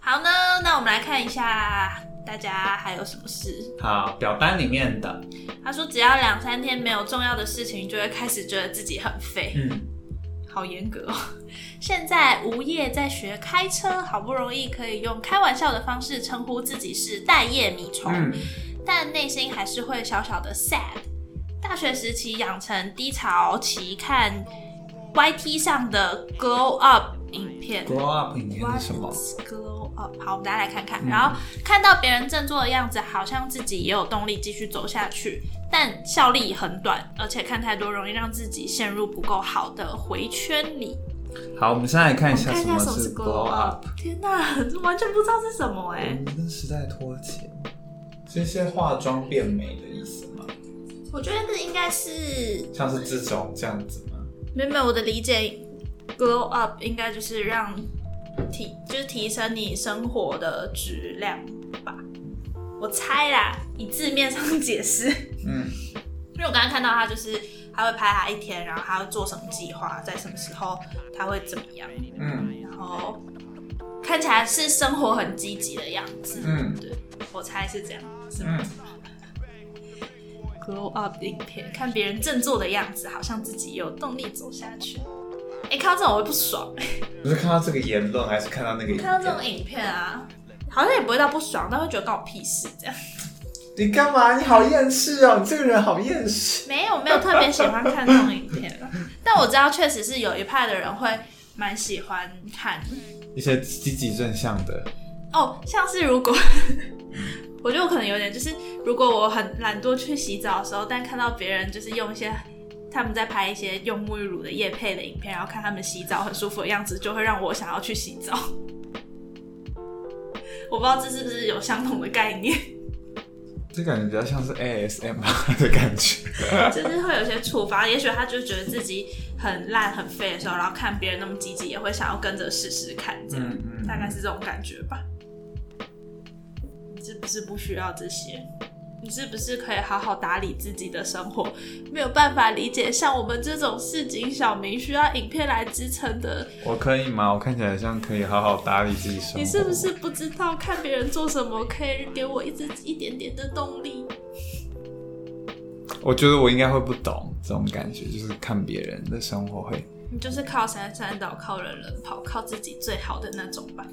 好呢，那我们来看一下大家还有什么事。好，表单里面的，他说，只要两三天没有重要的事情，就会开始觉得自己很废。嗯，好严格哦。 现在无业在学开车，好不容易可以用开玩笑的方式称呼自己是待业米虫，嗯，但内心还是会小小的 sad。大学时期养成低潮期看 YT 上的 Glow Up 影片 grow up 里面是什么？ Glow Up，好，我们大家来看看。嗯然后看到别人振作的样子，好像自己也有动力继续走下去，但效力很短，而且看太多容易让自己陷入不够好的回圈里。好，我们现在来看一下看一什下么什么是是 grow glow up up。。天哪， 完全不知道是什么哎、我们跟时代脱节，这些化妆变美的意思吗？我觉得这应该是像是这种这样子吗？没有没有，我的理解，glow up 应该就是让提，就是提升你生活的质量吧。我猜啦，以字面上解释， 嗯，因为我刚刚看到他就是他会拍他一天，然后他要做什么计划，在什么时候他会怎么样，嗯然后看起来是生活很积极的样子。嗯对，我猜是这样，是吗？嗯， glow up 的影片，看别人振作的样子，好像自己有动力走下去。哎、看到这种我会不爽，我是看到这个言论，还是看到那个影 看到这种片？影片啊，好像也不会到不爽，但会觉得关我屁事这样。你干嘛？你好厌世哦！你这个人好厌世。没有没有特别喜欢看这种影 片啊，但我知道确实是有一派的人会蛮喜欢看一些积极正向的，哦，像是如果。我觉得我可能有点，就是如果我很懒惰去洗澡的时候，但看到别人就是用一些他们在拍一些用沐浴乳的液配的影片，然后看他们洗澡很舒服的样子，就会让我想要去洗澡。 我不知道这是不是有相同的概念，这感觉比较像是 ASMR 的感觉。就是会有些触发。也许他就觉得自己很烂很废的时候，然后看别人那么积极，也会想要跟着试试看，这样、嗯嗯大概是这种感觉吧。你是不是不需要这些？你是不是可以好好打理自己的生活？没有办法理解像我们这种市井小民需要影片来支撑的，我可以吗？我看起来像可以好好打理自己生活。你是不是不知道看别人做什么可以给我一直一点点的动力？我觉得我应该会不懂这种感觉，就是看别人的生活会你就是靠山山倒，靠人人跑，靠自己最好的那种吧。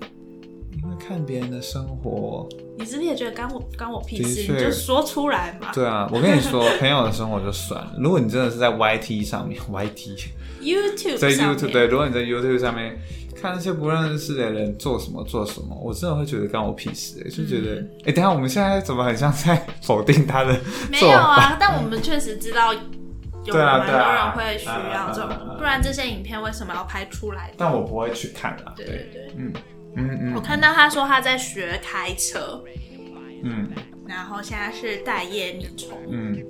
因为看别人的生活，你是不是也觉得干我干我屁事？的确你就说出来 嘛。对啊，我跟你说，朋友的生活就算了。如果你真的是在 YT 上面，YT YouTube 在上 YouTube 面对，如果你在 YouTube 上面看那些不认识的人做什么做什么，我真的会觉得干我屁事、欸，就觉得哎、嗯欸等一下我们现在怎么很像在 否定他的没做有法？啊，但我们确实知道有对啊蛮对多人啊会需要这嗯嗯嗯嗯种，不然这些影片为什么要拍出来？但我不会去看啦，对对对，嗯嗯我嗯看到他说他在学开车，嗯然后现在是待业米虫，嗯。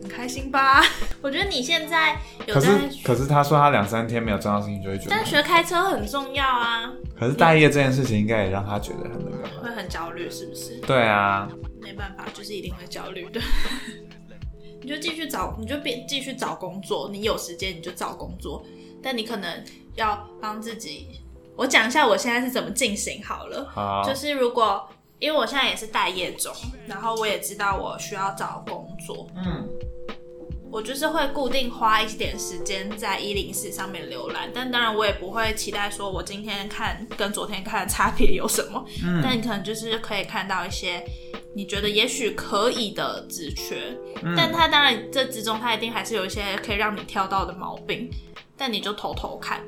很开心吧？ 我觉得你现在有可是在，可是他说他两三天没有重要的事情就会觉得但，学开车很重要啊，可是待业这件事情应该也让他觉得很那个吧。会很焦虑是不是？对啊，没办法，就是一定会焦虑的。 你就继续找，你就别继续找工作。你有时间你就找工作，但你可能要帮自己我讲一下我现在是怎么进行好了。好，就是如果因为我现在也是待业中，然后我也知道我需要找工作，嗯，我就是会固定花一点时间在一零四上面浏览，但当然我也不会期待说我今天看跟昨天看的差别有什么，嗯但你可能就是可以看到一些你觉得也许可以的职缺，嗯但它当然这之中它一定还是有一些可以让你挑到的毛病，但你就偷偷看，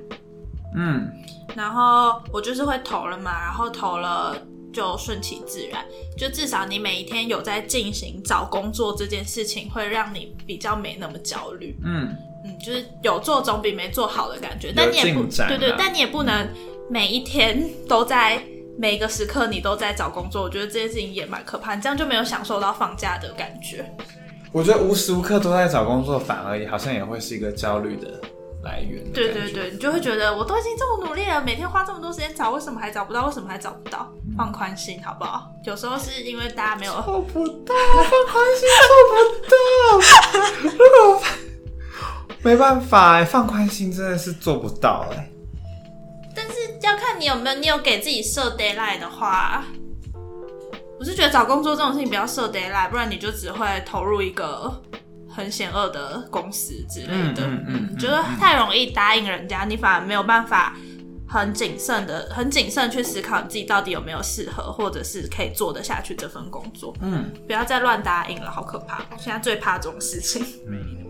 嗯然后我就是会投了嘛，然后投了就顺其自然，就至少你每一天有在进行找工作这件事情，会让你比较没那么焦虑。嗯，嗯，就是有做总比没做好的感觉，但你也不进展啊对对，但你也不能每一天都在每个时刻你都在找工作，我觉得这件事情也蛮可怕，你这样就没有享受到放假的感觉。我觉得无时无刻都在找工作，反而也好像也会是一个焦虑的来源的对感对觉，对，你就会觉得我都已经这么努力了，每天花这么多时间找，为什么还找不到？为什么还找不到？放宽心好不好？有时候是因为大家没有，做不到，放宽心做不到。如果没办法哎，放宽心真的是做不到哎。但是要看你有没有，你有给自己设 d a y l i g h t 的话，我是觉得找工作这种事情不要设 d a y l i g h t 不然你就只会投入一个很险恶的公司之类的。嗯嗯嗯嗯就是太容易答应人家，你反而没有办法。很谨慎的，很谨慎去思考你自己到底有没有适合，或者是可以做得下去这份工作。嗯，不要再乱答应了，好可怕！我现在最怕这种事情。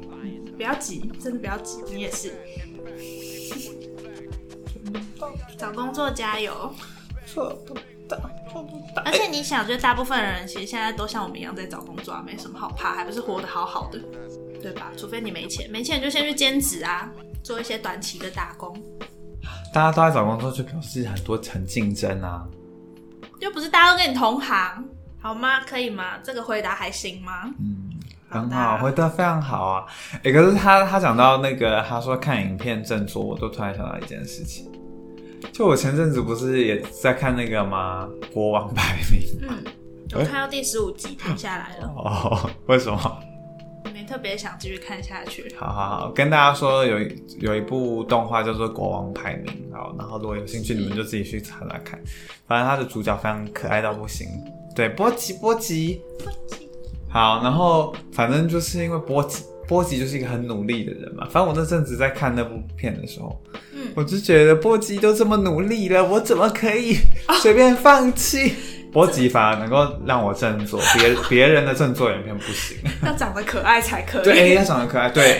不要急，真的不要急，你也是。 找工作加油！做不到，做不到。而且你想，就是大部分人其实现在都像我们一样在找工作、啊，没什么好怕，还不是活得好好的，对吧？除非你没钱，没钱你就先去兼职啊，做一些短期的打工。大家都在找工作，就表示很多很竞争啊。又不是大家都跟你同行，好吗？可以吗？这个回答还行吗？嗯，好很的好，回答非常好啊。哎、可是他他讲到那个，他说看影片振作，我都突然想到一件事情，就我前阵子不是也在看那个吗？国王排名 嗯，哎我看到第十五集停下来了，哦，为什么？没特别想继续看下去。好好好，跟大家说有一有一部动画叫做《国王排名》，好，然后如果有兴趣，你们就自己去查查看。反正它的主角非常可爱到不行，对，波吉波吉。好，然后反正就是因为波吉波吉就是一个很努力的人嘛。反正我那阵子在看那部片的时候，嗯我就觉得波吉都这么努力了，我怎么可以随便放弃？波吉反而能够让我振作，别别人的振作影片不行。要长得可爱才可以。对，哎、他长得可爱。对，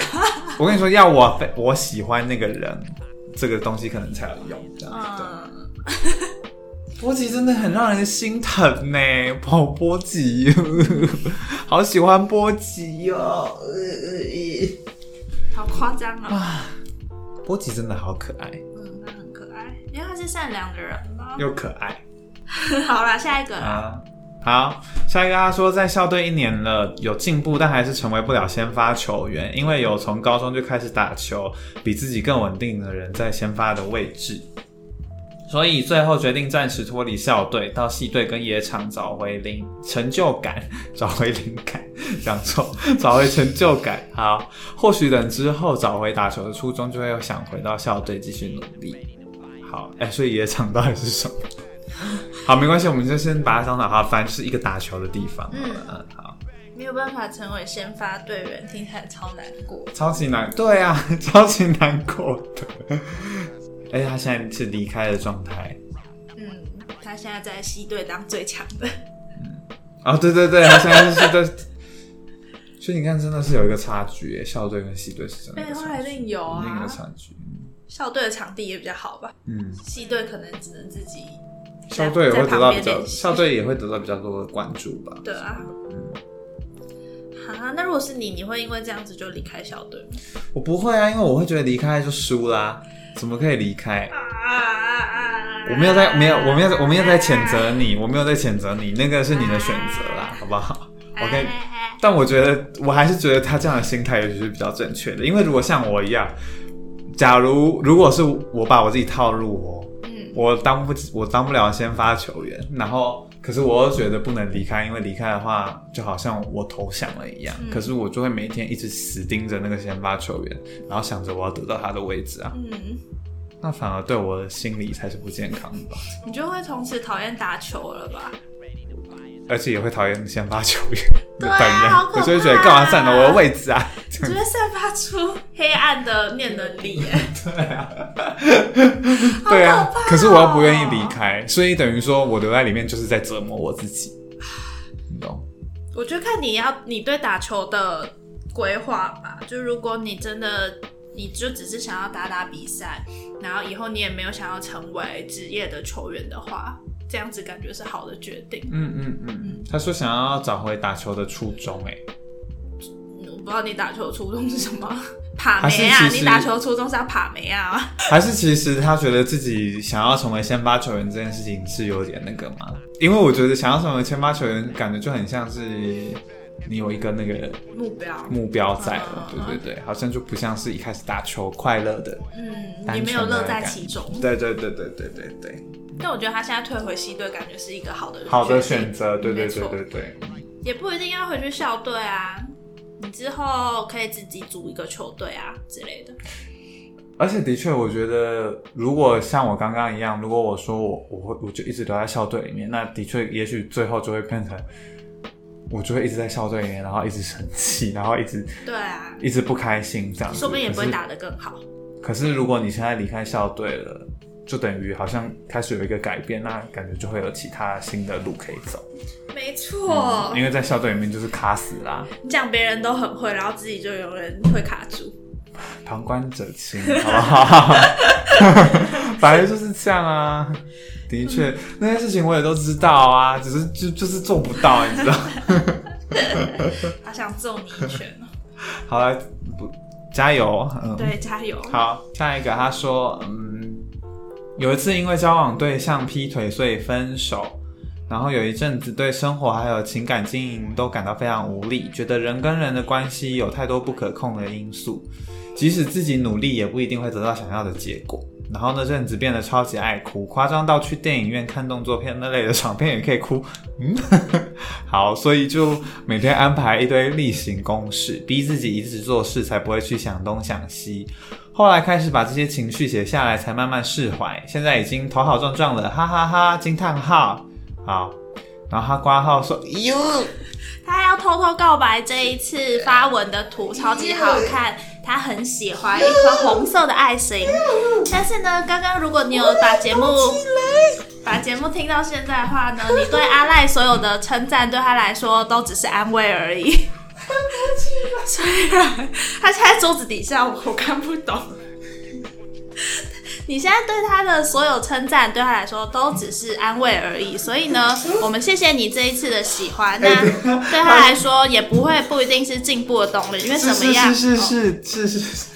我跟你说，要我非我喜欢那个人，这个东西可能才有用。这样子。嗯，对波吉真的很让人心疼呢， 跑波吉， 好喜欢波吉哟、 哦。呃好夸张啊！波吉真的好可爱，嗯，他很可爱，因为他是善良的人嘛。 又可爱好啦，下一个啦。啊。好，下一个他说，在校队一年了，有进步，但还是成为不了先发球员，因为有从高中就开始打球，比自己更稳定的人在先发的位置。所以最后决定暂时脱离校队，到系队跟野场找回灵成就感， 找回灵感，讲错，找回成就感。好，或许等之后找回打球的初衷，就会想回到校队继续努力。好，哎、所以野场到底是什么？ 好，没关系，我们就先把它当打好，反正就是一个打球的地方好了。嗯，好，没有办法成为先发队员，听起来超难过。超级难，对啊， 超级难过的。 而且他现在是离开的状态。嗯，他现在在西队当最强的，哦，对对对，他现在是在。 所以你看，真的是有一个差距耶，校队跟系队是真的有废一个话差一距，定有一定有啊。差距。校队的场地也比较好吧，嗯，西队可能只能自己在。校队也会在得旁到边比较，练习校队也会得到比较多的关注吧。对啊。嗯，啊，那如果是你，你会因为这样子就离开校队吗？我不会啊，因为我会觉得离开就输啦，怎么可以离开？啊 我没有在，没有，我没有在，我没有在谴责你，我没有在谴责你，那个是你的选择啦，好不好？OK，但我觉得我还是觉得他这样的心态也许是比较正确的，因为如果像我一样，假如如果是我把我自己套路哦， 嗯，我当不我当不了先发球员，然后可是我又觉得不能离开，因为离开的话就好像我投降了一样，嗯可是我就会每天一直死盯着那个先发球员，然后想着我要得到他的位置啊，嗯，那反而对我的心理才是不健康的吧，你就会从此讨厌打球了 吧？而且也会讨厌先发球员对本啊人，好可怕我就会觉得干嘛占了我的位置啊？你就会散发出黑暗的念能力耶，对啊好可怕哦，可是我又不愿意离开，所以等于说我留在里面就是在折磨我自己，你懂？我觉得看你要你对打球的规划吧，就如果你真的你就只是想要打打比赛，然后以后你也没有想要成为职业的球员的话，这样子感觉是好的决定。 嗯嗯嗯嗯。他说想要找回打球的初衷、欸，哎，嗯我不知道你打球的初衷是什么，爬还是梅啊？其实你打球的初衷是要爬梅啊？还是其实他觉得自己想要成为先发球员这件事情是有点那个吗？因为我觉得想要成为先发球员，感觉就很像是你有一个那个目标，目标在了，嗯对对对，好像就不像是一开始打球快乐的。嗯，单你没有纯的乐在感其中。对对对对对对对，但我觉得他现在退回西队，感觉是一个好的好的决定选择，对对没对错对对。也不一定要回去校队啊，你之后可以自己组一个球队啊之类的。而且的确，我觉得如果像我刚刚一样，如果我说我我会我就一直留在校队里面，那的确也许最后就会变成我就会一直在校队里面，然后一直生气，然后一直对啊，一直不开心这样子。说不定也不会可是打得更好。可是如果你现在离开校队了，就等于好像开始有一个改变，那感觉就会有其他新的路可以走。没错，嗯因为在校队里面就是卡死啦，你讲别人都很会，然后自己就有人会卡住。旁观者清， 好不好？反正就是这样啊。的确，那些事情我也都知道啊，只是就就是做不到，你知道。 好想揍你一拳 哦！好了，不加油，嗯，对，加油！好，下一个他说，嗯，有一次因为交往对象劈腿，所以分手。然后有一阵子对生活还有情感经营都感到非常无力，觉得人跟人的关系有太多不可控的因素，即使自己努力也不一定会得到想要的结果。然后那阵子变得超级爱哭，夸张到去电影院看动作片那类的爽片也可以哭。嗯， 好，所以就每天安排一堆例行公事，逼自己一直做事，才不会去想东想西。后来开始把这些情绪写下来，才慢慢释怀。现在已经头好壮壮了，哈哈哈！惊叹号，好。然后他挂号说：“哟，他还要偷偷告白这一次发文的图超级好看，他很喜欢一颗红色的爱心。但是呢，刚刚如果你有把节目把节目听到现在的话呢，你对阿赖所有的称赞对他来说都只是安慰而已。虽然 他现在桌子底下，我看不懂。 你现在对他的所有称赞，对他来说都只是安慰而已。所以 呢，我们谢谢你这一次的喜欢。那对他来说也不会不一定是进步的动力，因为怎是么是样？是是哦是是是是，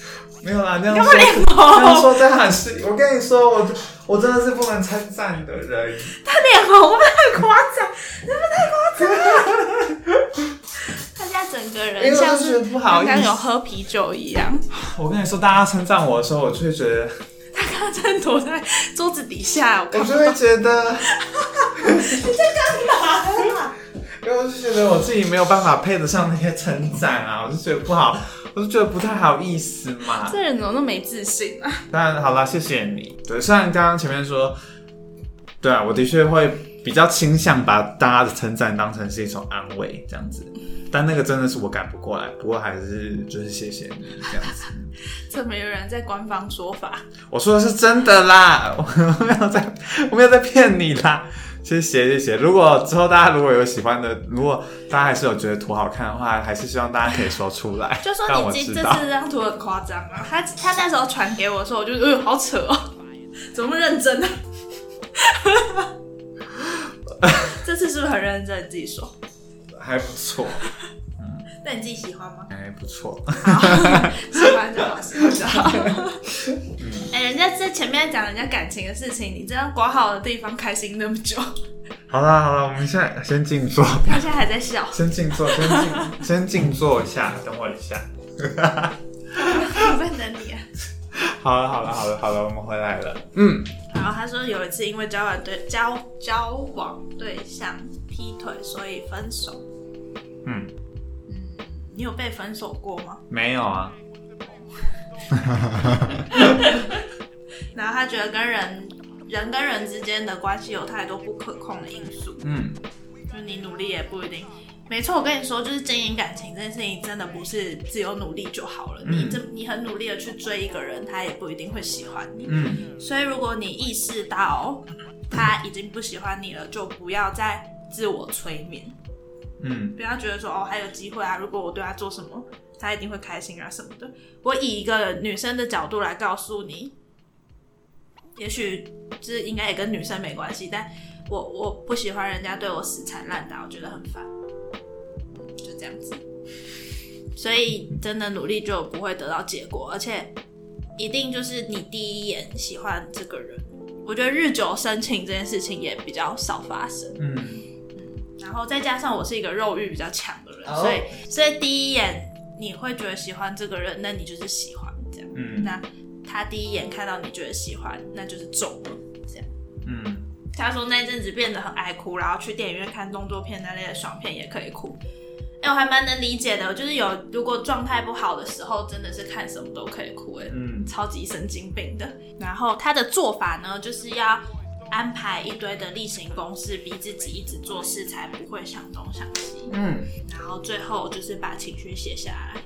没有啦，那样干嘛说脸那样红？说真的很是，我跟你说，我我真的是不能称赞的人。他脸红，会不会太夸张？是不是太夸张 了？他现在整个因为人我就像觉是得不好意思刚刚有喝啤酒一样。我跟你说，大家称赞我的时候，我就会觉得，他刚刚真的躲在桌子底下，我我看不就到会觉得，他。 因为我就觉得我自己没有办法配得上那些称赞啊，我就觉得不好，我就觉得不太好意思嘛。 这人怎么那么没自信啊？ 当然好啦，谢谢你。对，虽然刚刚前面说，对啊，我的确会比较倾向把大家的称赞当成是一种安慰这样子，但那个真的是我赶不过来。不过还是就是谢谢你这样子，怎么有人在官方说法？我说的是真的啦，我没有在，我没有在骗你啦。谢谢谢谢。如果之后大家如果有喜欢的，如果大家还是有觉得图好看的话，还是希望大家可以说出来，就说让我你今知这道。次这张图很夸张啊！他他那时候传给我的时候，我就呃好扯哦，怎么那么认真啊呢、 这次是不是很认真？你自己说，还不错，那你自己喜欢吗？还不错。 喜欢就好，喜欢就好。 哎、人家在前面讲人家感情的事情，你这样挂好的地方开心那么久，好啦好啦，我们现在先静坐。他现在还在 笑。先静坐，先静，先静坐一下，等我一下。我在等你、啊。好了，好了，好了，好了，我们回来了。嗯，然后他说有一次因为交往对交交往对象劈腿，所以分手。嗯，嗯，你有被分啊手过吗？没有啊，然然后他觉得跟人人跟人之间的关系有太多不可控的因素，嗯，就是你努力也不一定。没错，我跟你说，就是经营感情这件事情，真的不是只有努力就好了。你嗯这你很努力的去追一个人，他也不一定会喜欢你。嗯，所以如果你意识到他已经不喜欢你了，就不要再自我催眠，嗯，不要觉得说哦还有机会啊，如果我对他做什么，他一定会开心啊什么的。我以一个女生的角度来告诉你，也许就是应该也跟女生没关系，但我我不喜欢人家对我死缠烂打，我觉得很烦，就这样子。所以真的努力就不会得到结果，而且一定就是你第一眼喜欢这个人。我觉得日久生情这件事情也比较少发生。嗯，然后再加上我是一个肉欲比较强的人，哦所以所以第一眼你会觉得喜欢这个人，那你就是喜欢这样。嗯，那他第一眼看到你觉得喜欢，那就是中了。嗯，他说那阵子变得很爱哭，然后去电影院看动作片那类的爽片也可以哭。哎、我还蛮能理解的，就是有如果状态不好的时候，真的是看什么都可以哭、哎，嗯，超级神经病的。然后他的做法呢，就是要安排一堆的例行公事，逼自己一直做事，才不会想东想西。嗯，然后最后就是把情绪写下来。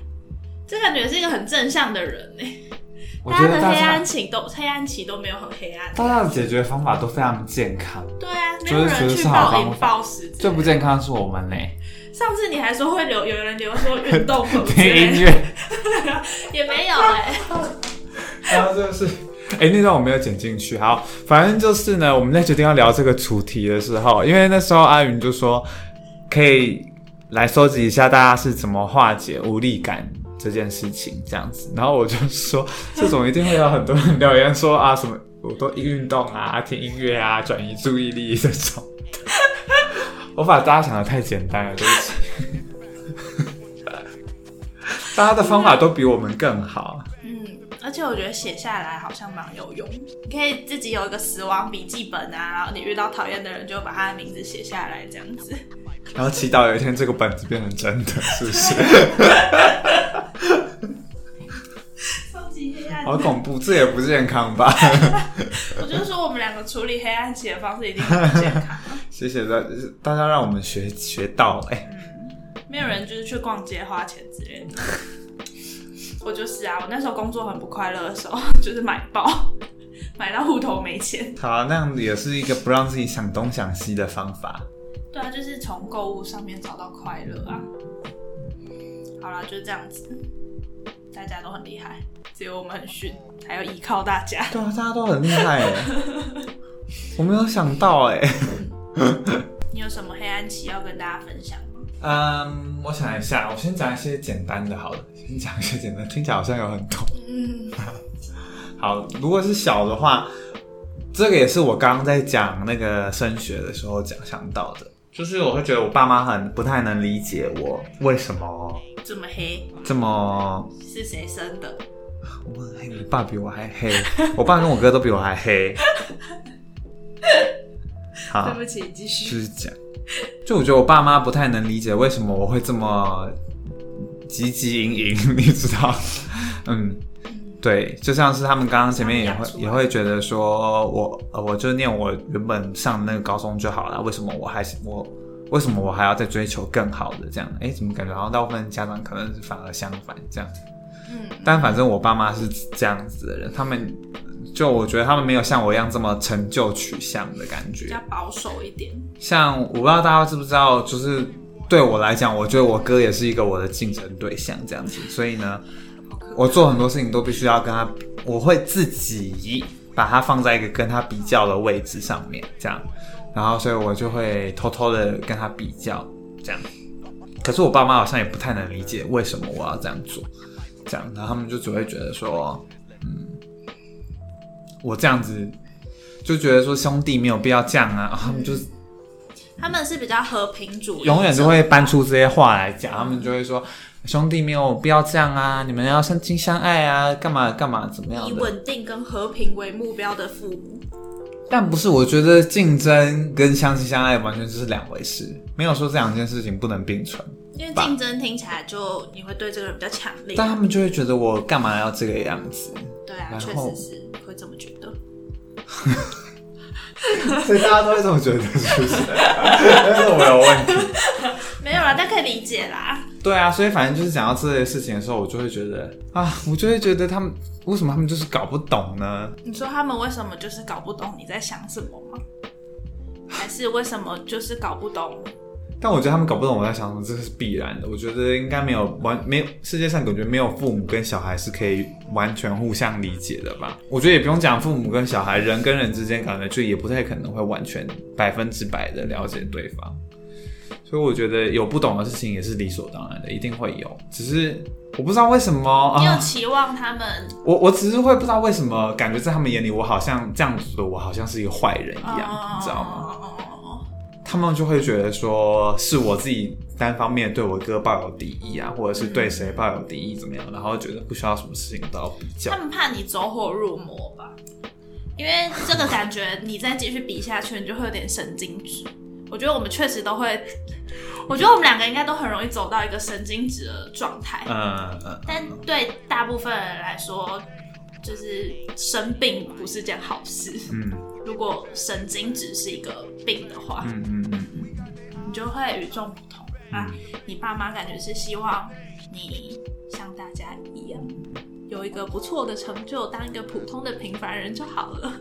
这感觉是一个很正向的人哎、我大觉家得的大黑暗家期都黑暗期都没有很黑暗，大家的解决方法都非常健康，对啊，没觉得有人觉得去是好暴饮方法暴食之类的。最不健康的是我们嘞，上次你还说会留有人留说运动很 听音乐，也没有哎、 然后就是。哎、那段我没有剪进去。好，反正就是呢，我们在决定要聊这个主题的时候，因为那时候阿云就说可以来收集一下大家是怎么化解无力感这件事情，这样子。然后我就说， 这种一定会有很多人留言说啊，什么我都运动啊、听音乐啊、转移注意力这种。我把大家想的太简单了，对不起。 大家的方法都比我们更好。嗯，而且我觉得写下来好像蛮有用，你可以自己有一个死亡笔记本啊，然后你遇到讨厌的人就把他的名字写下来，这样子。然后祈祷有一天这个本子变成真的，是不是？超级黑暗好恐怖，这也不健康吧？ 我就说我们两个处理黑暗期的方式一定很健 康。谢谢大大家让我们学学到，哎、没有人就是去逛街花钱之类的。 我就是啊，我那时候工作很不快乐的时候， 就是买爆， 买到户头没钱。好、啊，那样也是一个不让自己想东想西的方法。对啊，就是从购物上面找到快乐啊。好啦，就是这样子，大家都很厉害，只有我们很逊，还要依靠大家。对啊，大家都很厉害，哎，我没有想到，哎，你有什么黑暗期要跟大家分享吗？嗯，我想一下，我先讲一些简单的，好了，先讲一些简单，听起来好像有很多。嗯 好，如果是小的话，这个也是我刚刚在讲那个升学的时候讲想到的，就是我会觉得我爸妈很不太能理解我为什么这么黑这么，是谁生的？我很黑，我爸比我还黑，我爸跟我哥都比我 还黑。好对，不起，继续。啊就是讲，就我觉得我爸妈不太能理解为什么我会这么汲汲营营，你知道？ 嗯，对，就像是他们刚刚前面也他们会养出来也会觉得说我呃我就念我原本上的那个高中就好了，为什么我还是我为什么我还要再追求更好的这样？哎，怎么感觉好像大部分家长可能反而相反这样？嗯但反正我爸妈是这样子的人，他们就我觉得他们没有像我一样这么成就取向的感觉，比较保守一点。像我不知道大家知不知道，就是对我来讲，我觉得我哥也是一个我的竞争对象这样子，所以呢，我做很多事情都必须要跟他比，我会自己把他放在一个跟他比较的位置上面，这样，然后所以我就会偷偷的跟他比较，这样。可是我爸妈好像也不太能理解为什么我要这样做，这样，然后他们就只会觉得说，嗯，我这样子就觉得说兄弟没有必要这样啊， 他们就是他们是比较和平主义，永远都会搬出这些话来讲，他们就会说兄弟没有必要这样啊，你们要相亲相爱啊，干嘛干嘛怎么以样的。稳定跟和平为目标的父母。但不是，我觉得竞争跟相亲相爱完全就是两回事，没有说这两件事情不能并存。因为吧竞争听起来就你会对这个人比较强烈，但他们就会觉得我干嘛要这个样子？对啊，然确后实是会这么觉得。所以大家都会这么觉得，是不是？但是我有问题。没有啦，但可以理解啦。 对啊，所以反正就是讲到这类事情的时候，我就会觉得啊，我就会觉得他们为什么他们就是搞不懂呢？你说他们为什么就是搞不懂你在想什么吗？还是为什么就是搞不懂？但我觉得他们搞不懂我在想什么，这是必然的。我觉得应该没有完没有世界上感觉没有父母跟小孩是可以完全互相理解的吧？我觉得也不用讲父母跟小孩，人跟人之间感觉就也不太可能会完全百分之百的了解对方。所以我觉得有不懂的事情也是理所当然的，一定会有。只是我不知道为什么啊。你有期望他们我我只是会不知道为什么，感觉在他们眼里，我好像这样子的我好像是一个坏人一样，哦你知道吗？吗？他们就会觉得说是我自己单方面对我哥抱有敌意啊，或者是对谁抱有敌意怎么样，然后觉得不需要什么事情都要比较他。们怕你走火入魔吧？因为这个感觉，你再继续比下去，你就会有点神经质。我觉得我们确实都会，我觉得我们两个应该都很容易走到一个神经质的状态。嗯嗯，但对大部分人来说，就是生病不是件好事。嗯如果神经质是一个病的话，嗯嗯嗯嗯，你就会与众不同啊。你爸妈感觉是希望你像大家一样，有一个不错的成就，当一个普通的平凡人就好了。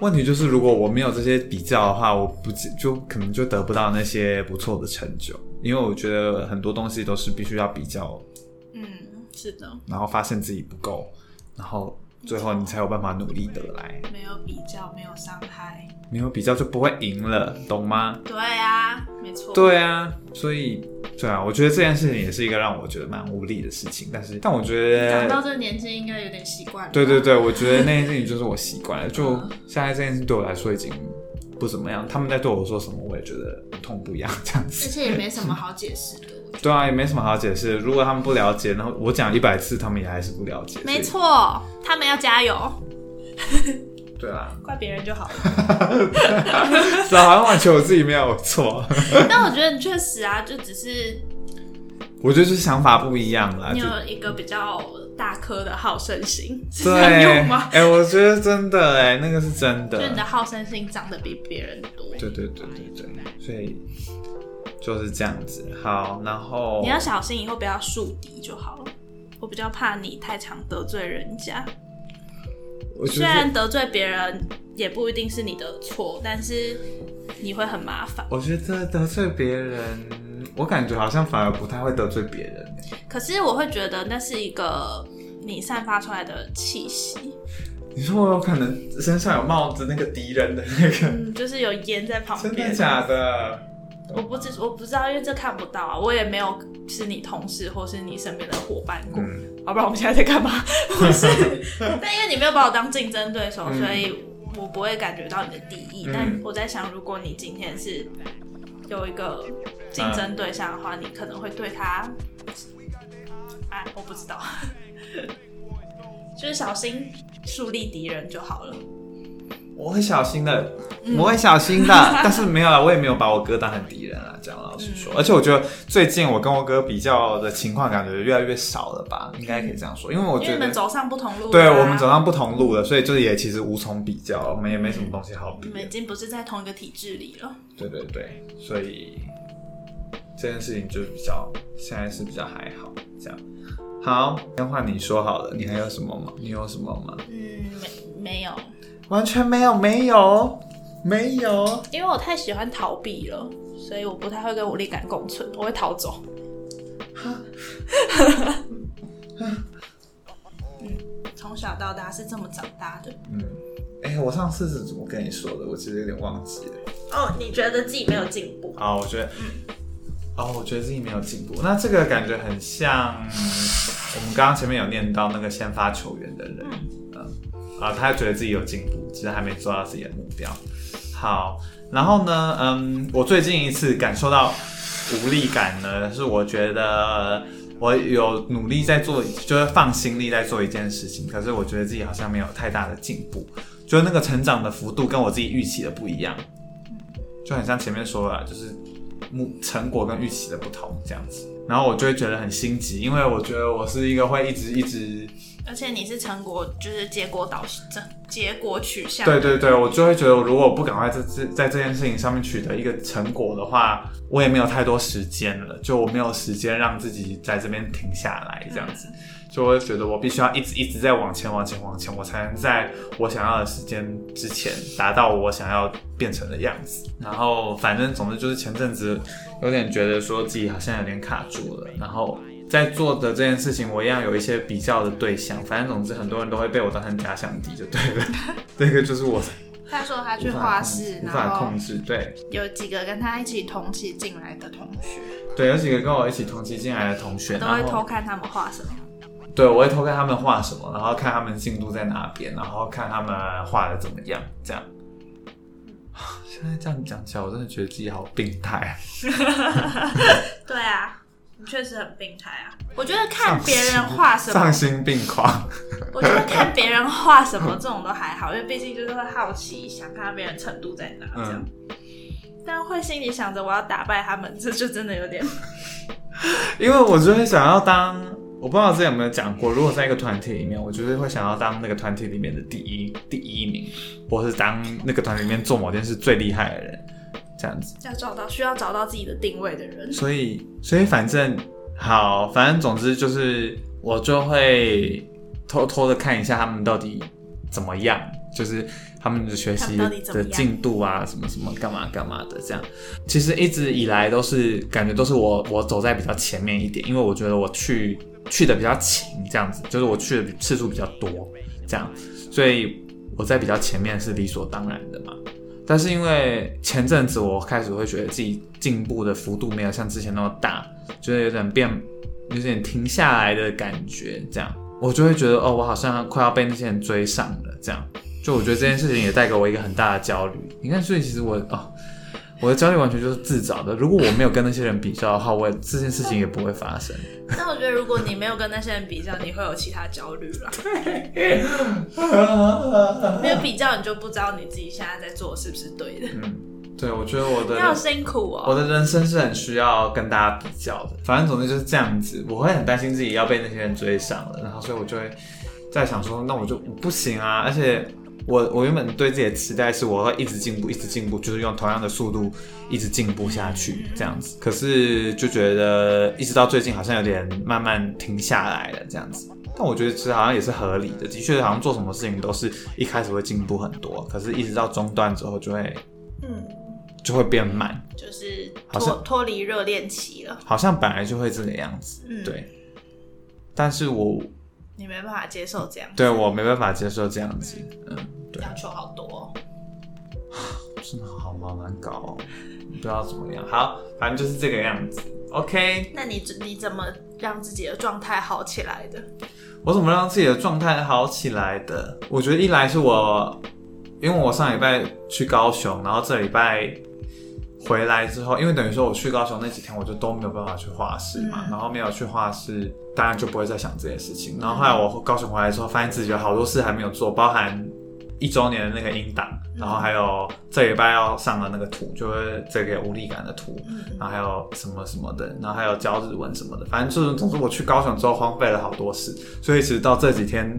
问题就是如果我没有这些比较的话，我不知就可能就得不到那些不错的成就，因为我觉得很多东西都是必须要比较 嗯，是的，然后发现自己不够，然后最后你才有办法努力得来。没有比较，没有伤害。没有比较就不会赢了，懂吗？对啊，没错。对啊，所以对啊，我觉得这件事情也是一个让我觉得蛮无力的事情。但是，但我觉长到得，这个年纪应该有点习惯了。对对，对，我觉得那件事情就是我习惯了。嗯就现在这件事情对我来说已经不怎么样，他们在对我说什么，我也觉得不痛不痒这样而子。且也没什么好解释的。我觉对啊，也没什么好解释。如果他们不了解，然后我讲一百次，他们也还是不了解。得没。错，他们要加油，对啊，怪别人就好了。这好像完全我自己没有错。 但我觉得你确实啊，就只是我觉得就是想法不一样啦， 你就有一个比较大颗的好胜心，是 这样对，用吗？哎、我觉得真的哎、那个是真的就。你的好胜心长得比别人多。对对对对对，所以就是这样子。好，然后你要小心，以后不要树敌就好了。我比较怕你太常得罪人家，我觉虽得然得罪别人也不一定是你的错，但是你会很麻烦。我觉得得罪别人，我感觉好像反而不太会得罪别人欸、可是我会觉得那是一个你散发出来的气息，你说我有可能身上有冒着那个敌人的那个，嗯，就是有烟在旁真边的。假的？我不知我不知道，因为这看不到啊，我也没有是你同事或是你身边的伙伴过，嗯要不然我们现在在干嘛？不 是，但因为你没有把我当竞争对手，嗯所以我不会感觉到你的敌意。嗯但我在想，如果你今天是有一个竞嗯争对象的话，你可能会对他，哎，我不知道，就是小心树立敌人就好了。我会小心的，嗯我会 小心的，但是没有啦，我也没有把我哥当成敌人啊。讲老实说，嗯而且我觉得最近我跟我哥比较的情况，感觉越来越少了吧，应该可以这样说，因为我因为觉你得们走上不同路、啊，对我们走上不同路了，所以就是也其实无从比较，我们也没什么东西好比你。们已经不是在同一个体制里了。对对对，所以这件事情就是比较现在是比较还好这样。好，先换你说好了，你还有什么吗？你有什么吗？嗯，没没有，完全没有，没有，没有。因为我太喜欢逃避了，所以我不太会跟无力感共存，我会逃走。嗯，从小到大是这么长大的。嗯，哎、我上次是怎么跟你说的？我其实有点忘记了。哦，你觉得自己没有进步？啊，我觉得，哦，我觉得自己没有进步。那这个感觉很像 我们刚刚前面有念到那个先发球员的人，嗯，啊，他觉得自己有进步，只是还没做到自己的目标。好，然后呢，嗯，我最近一次感受到无力感呢，是我觉得。我有努力在做，就是放心力在做一件事情，可是我觉得自己好像没有太大的进步，就是那个成长的幅度跟我自己预期的不一样。就很像前面说的啦，就是目成果跟预期的不同这样子。然后我就会觉得很心急，因为我觉得我是一个会一直一直而且你是成果，就是结果导这结果取向。对对对，我就会觉得，如果我不赶快在这在这件事情上面取得一个成果的话，我也没有太多时间了，就我没有时间让自己在这边停下来，这样子，就会觉得我必须要一直一直在往前往前往前，我才能在我想要的时间之前达到我想要变成的样子。然后，反正总之就是前阵子有点觉得说自己好像有点卡住了，然后。在做的这件事情，我一样有一些比较的对象，反正总之很多人都会被我当成假想敌就对了。这 个就是我他说他去无画法控室，无然法后控制，对有几个跟他一起同期进来的同学，对，有几个跟我一起同期进来的同学，都会然后偷看他们画什么。对，我会偷看他们画什么，然后看他们进度在哪边，然后看他们画的怎么样，这样。现在这样讲起来，我真的觉得自己好病态。啊对啊，你确实很病态啊！我觉得看别人画什么丧，心病狂。我觉得看别人画什么这种都还好，因为毕竟就是会好奇，想看别人程度在哪这样。嗯，但会心里想着我要打败他们，这就真的有点 因为我就会想要当，我不知道之前有没有讲过，如果在一个团体里面，我就是会想要当那个团体里面的第一第一名，或是当那个团体里面做某件事最厉害的人，这样子。要找到需要找到自己的定位的人。所以，所以反正好，反正总之就是，我就会偷偷的看一下他们到底怎么样，就是他们的学习他们到底怎么的样进度啊，什么什么干嘛干嘛的这样。其实一直以来都是感觉都是我我走在比较前面一点，因为我觉得我去去的比较勤，这样子就是我去的次数比较多，这样，所以我在比较前面是理所当然的嘛。但是因为前阵子我开始会觉得自己进步的幅度没有像之前那么大，就是有点变，有点停下来的感觉，这样我就会觉得哦，我好像快要被那些人追上了，这样就我觉得这件事情也带给我一个很大的焦虑。你看，所以其实我哦，我的焦虑完全就是自找的。如果我没有跟那些人比较的话，我也这件事情也不会发生。但我觉得如果你没有跟那些人比较，你会有其他焦虑 啦。没有比较，你就不知道你自己现在在做是不是对的。嗯对，我觉得我的你好辛苦哦、我的人生是很需要跟大家比较的，反正总之就是这样子。我会很担心自己要被那些人追上了，然后所以我就会在想说，那我就不行啊！而且我我原本对自己的期待是我会一直进步，一直进步，就是用同样的速度一直进步下去这样子。可是就觉得一直到最近好像有点慢慢停下来了这样子。但我觉得其实好像也是合理的，的确好像做什么事情都是一开始会进步很多，可是一直到中段之后就会嗯，就会变慢。就是好脱像脱离热恋期了，好像本来就会这个样子，嗯对。但是我你没办法接受这样，对我没办法接受这样子，嗯，对，要求好多、哦。真的好麻烦搞、哦，不知道怎么样。好，反正就是这个样子。OK，那你你怎么让自己的状态好起来的？我怎么让自己的状态好起来的？我觉得一来是我，因为我上礼拜去高雄，然后这礼拜回来之后，因为等于说我去高雄那几天，我就都没有办法去画室嘛，嗯然后没有去画室，当然就不会再想这些事情。然后后来我高雄回来之后，发现自己有好多事还没有做，包含一周年的那个音档，然后还有这礼拜要上的那个图，就是这个无力感的图，嗯，然后还有什么什么的，然后还有教日文什么的，反正就是总之我去高雄之后荒废了好多事，所以其实到这几天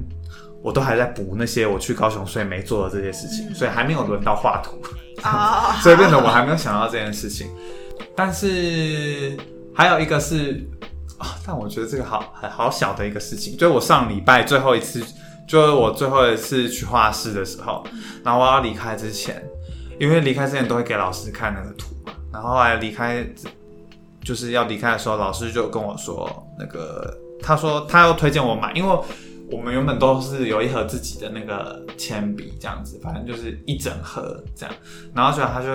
我都还在补那些我去高雄所以没做的这些事情，嗯所以还没有轮到画图，哦，所以变得我还没有想到这件事情。但是还有一个是啊、但我觉得这个好很好小的一个事情，就是我上礼拜最后一次，就是我最后一次去画室的时候，然后我要离开之前，因为离开之前都会给老师看那个图嘛，然后后来离开就是要离开的时候，老师就跟我说，那个他说他要推荐我买，因为我们原本都是有一盒自己的那个铅笔这样子，反正就是一整盒这样，然后就他就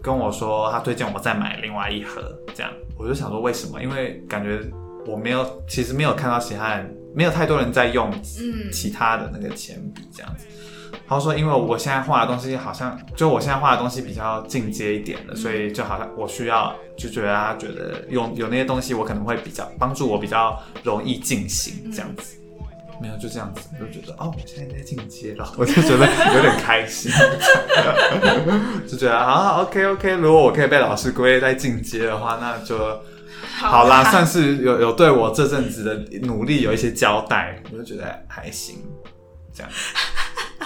跟我说他推荐我再买另外一盒这样，我就想说为什么？因为感觉我没有其实没有看到其他人没有太多人在用嗯其他的那个铅笔这样子。他说，因为我现在画的东西好像，就我现在画的东西比较进阶一点的，所以就好像我需要就觉得他觉得用有那些东西，我可能会比较帮助我比较容易进行这样子。没有，就这样子，我就觉得哦，我现在在进阶了，我就觉得有点开心，就觉得啊，OK OK，如果我可以被老师归类在进阶的话，那就好好啦，算是有有对我这阵子的努力有一些交代，我就觉得还行，这样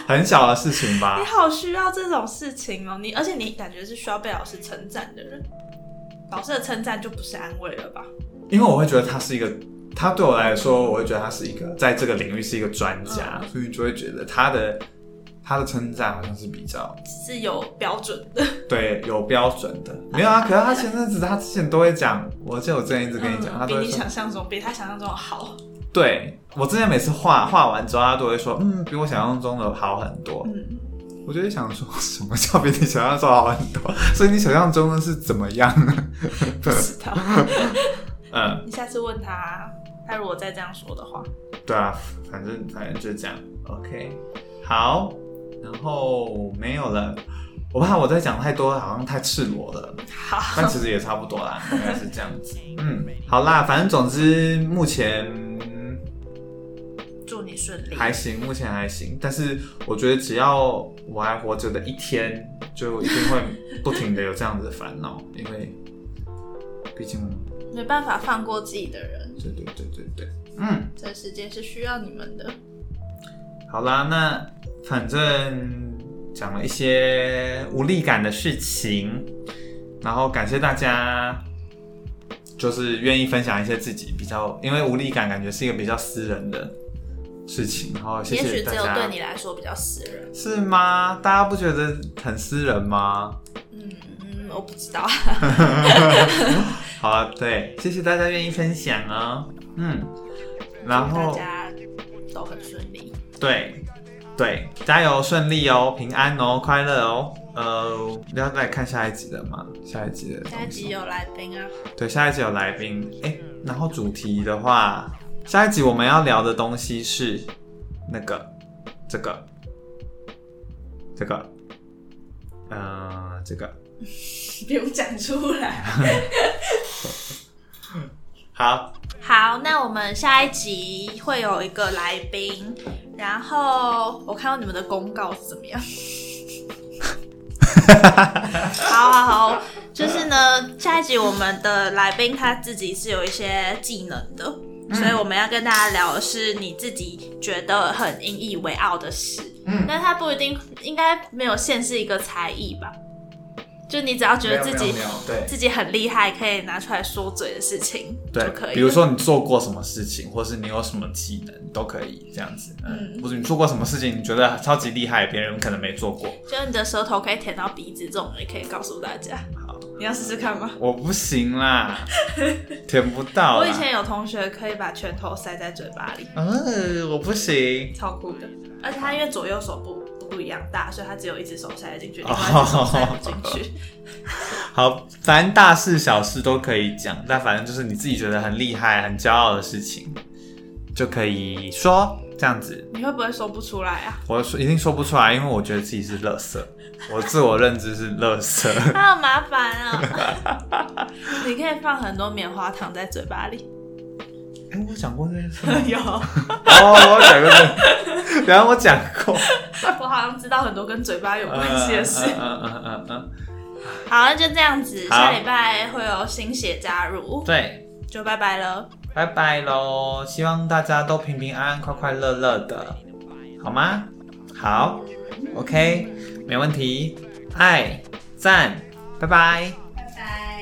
很小的事情吧 你。好需要这种事情哦，你而且你感觉是需要被老师称赞的人，老师的称赞就不是安慰了吧？因为我会觉得他是一个，他对我来说，我会觉得他是一个在这个领域是一个专家，嗯所以就会觉得他的他的称赞好像是比较是有标准的，对有标准的。没 有啊，可是他前阵子他之前都会讲，我记得我之前一直跟你讲，嗯 他比都会你说，想象中，比他想象中好。对我之前每次画画完之后，他都会说，嗯，比我想象中的好很多。 嗯，我就会想说，什么叫比你想象中好很多？所以你想象中的是怎么样呢？不知道。 嗯，你下次问他，他如果再这样说的话， 对啊，反正反正就这样。OK，好，然后没有了。我怕我再讲太多，好像太赤裸了，好，但其实也差不多啦，应该是这样 子。嗯，好啦，反正总之目前祝你顺利。还行，目前还行。但是我觉得只要我还活着的一天，就一定会不停的有这样子的烦恼，因为毕竟没办法放过自己的人，对对对对对，嗯。这世界是需要你们的。好啦，那反正讲了一些无力感的事情，然后感谢大家，就是愿意分享一些自己比较，因为无力感感觉是一个比较私人的事情，然后谢也谢许大只有家。对你来说比较私人。是吗？大家不觉得很私人吗？嗯嗯，我不知道。好啊，对，谢谢大家愿意分享啊、哦。嗯， 然祝大后家都很顺利。对对，加油顺利哦，平安哦，快乐哦。呃，要来看下一集的吗？下一集的东西下一集有来宾啊， 对，下一集有来宾。哎，然后主题的话，下一集我们要聊的东西是那个这个这个，呃，这个不用讲出来。好，好，那我们下一集会有一个来宾，然后我看到你们的公告是怎么 样。好好好，就是呢，下一集我们的来宾他自己是有一些技能的，嗯所以我们要跟大家聊的是你自己觉得很引以为傲的事。嗯但他不一定，应该没有限是一个才艺吧？就你只要觉得自己没有没有没有对自己很厉害，可以拿出来说嘴的事情就可以了。对，比如说你做过什么事情，或是你有什么技能，都可以这样子。嗯，嗯或者你做过什么事情，你觉得超级厉害，别人可能没做过。就是你的舌头可以舔到鼻子，这种也可以告诉大家。好，你要试试看吗？我不行啦，舔不到啦。我以前有同学可以把拳头塞在嘴巴里，嗯，我不行。超酷的。而且他因为左右手不不一样大，所以他只有一只手塞得进去，另 哦外一只手塞不进去。好，反正大事小事都可以讲，但反正就是你自己觉得很厉害、很骄傲的事情，就可以说这样子。你会不会说不出来啊？ 我说一定说不出来，因为我觉得自己是垃圾，我自我认知是垃圾。好麻烦啊！你可以放很多棉花糖在嘴巴 里。哎、我讲过这件事吗？有，哦，我讲过这件，然后我讲过我好像知道很多跟嘴巴有关系的事。嗯嗯嗯嗯嗯嗯，好，那就这样子，好下礼拜会有新血加入，对。就拜拜了。拜拜喽！希望大家都平平安安、快快乐乐的，好吗？好，OK，没问题。爱赞，拜拜，拜拜。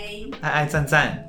爱爱赞赞。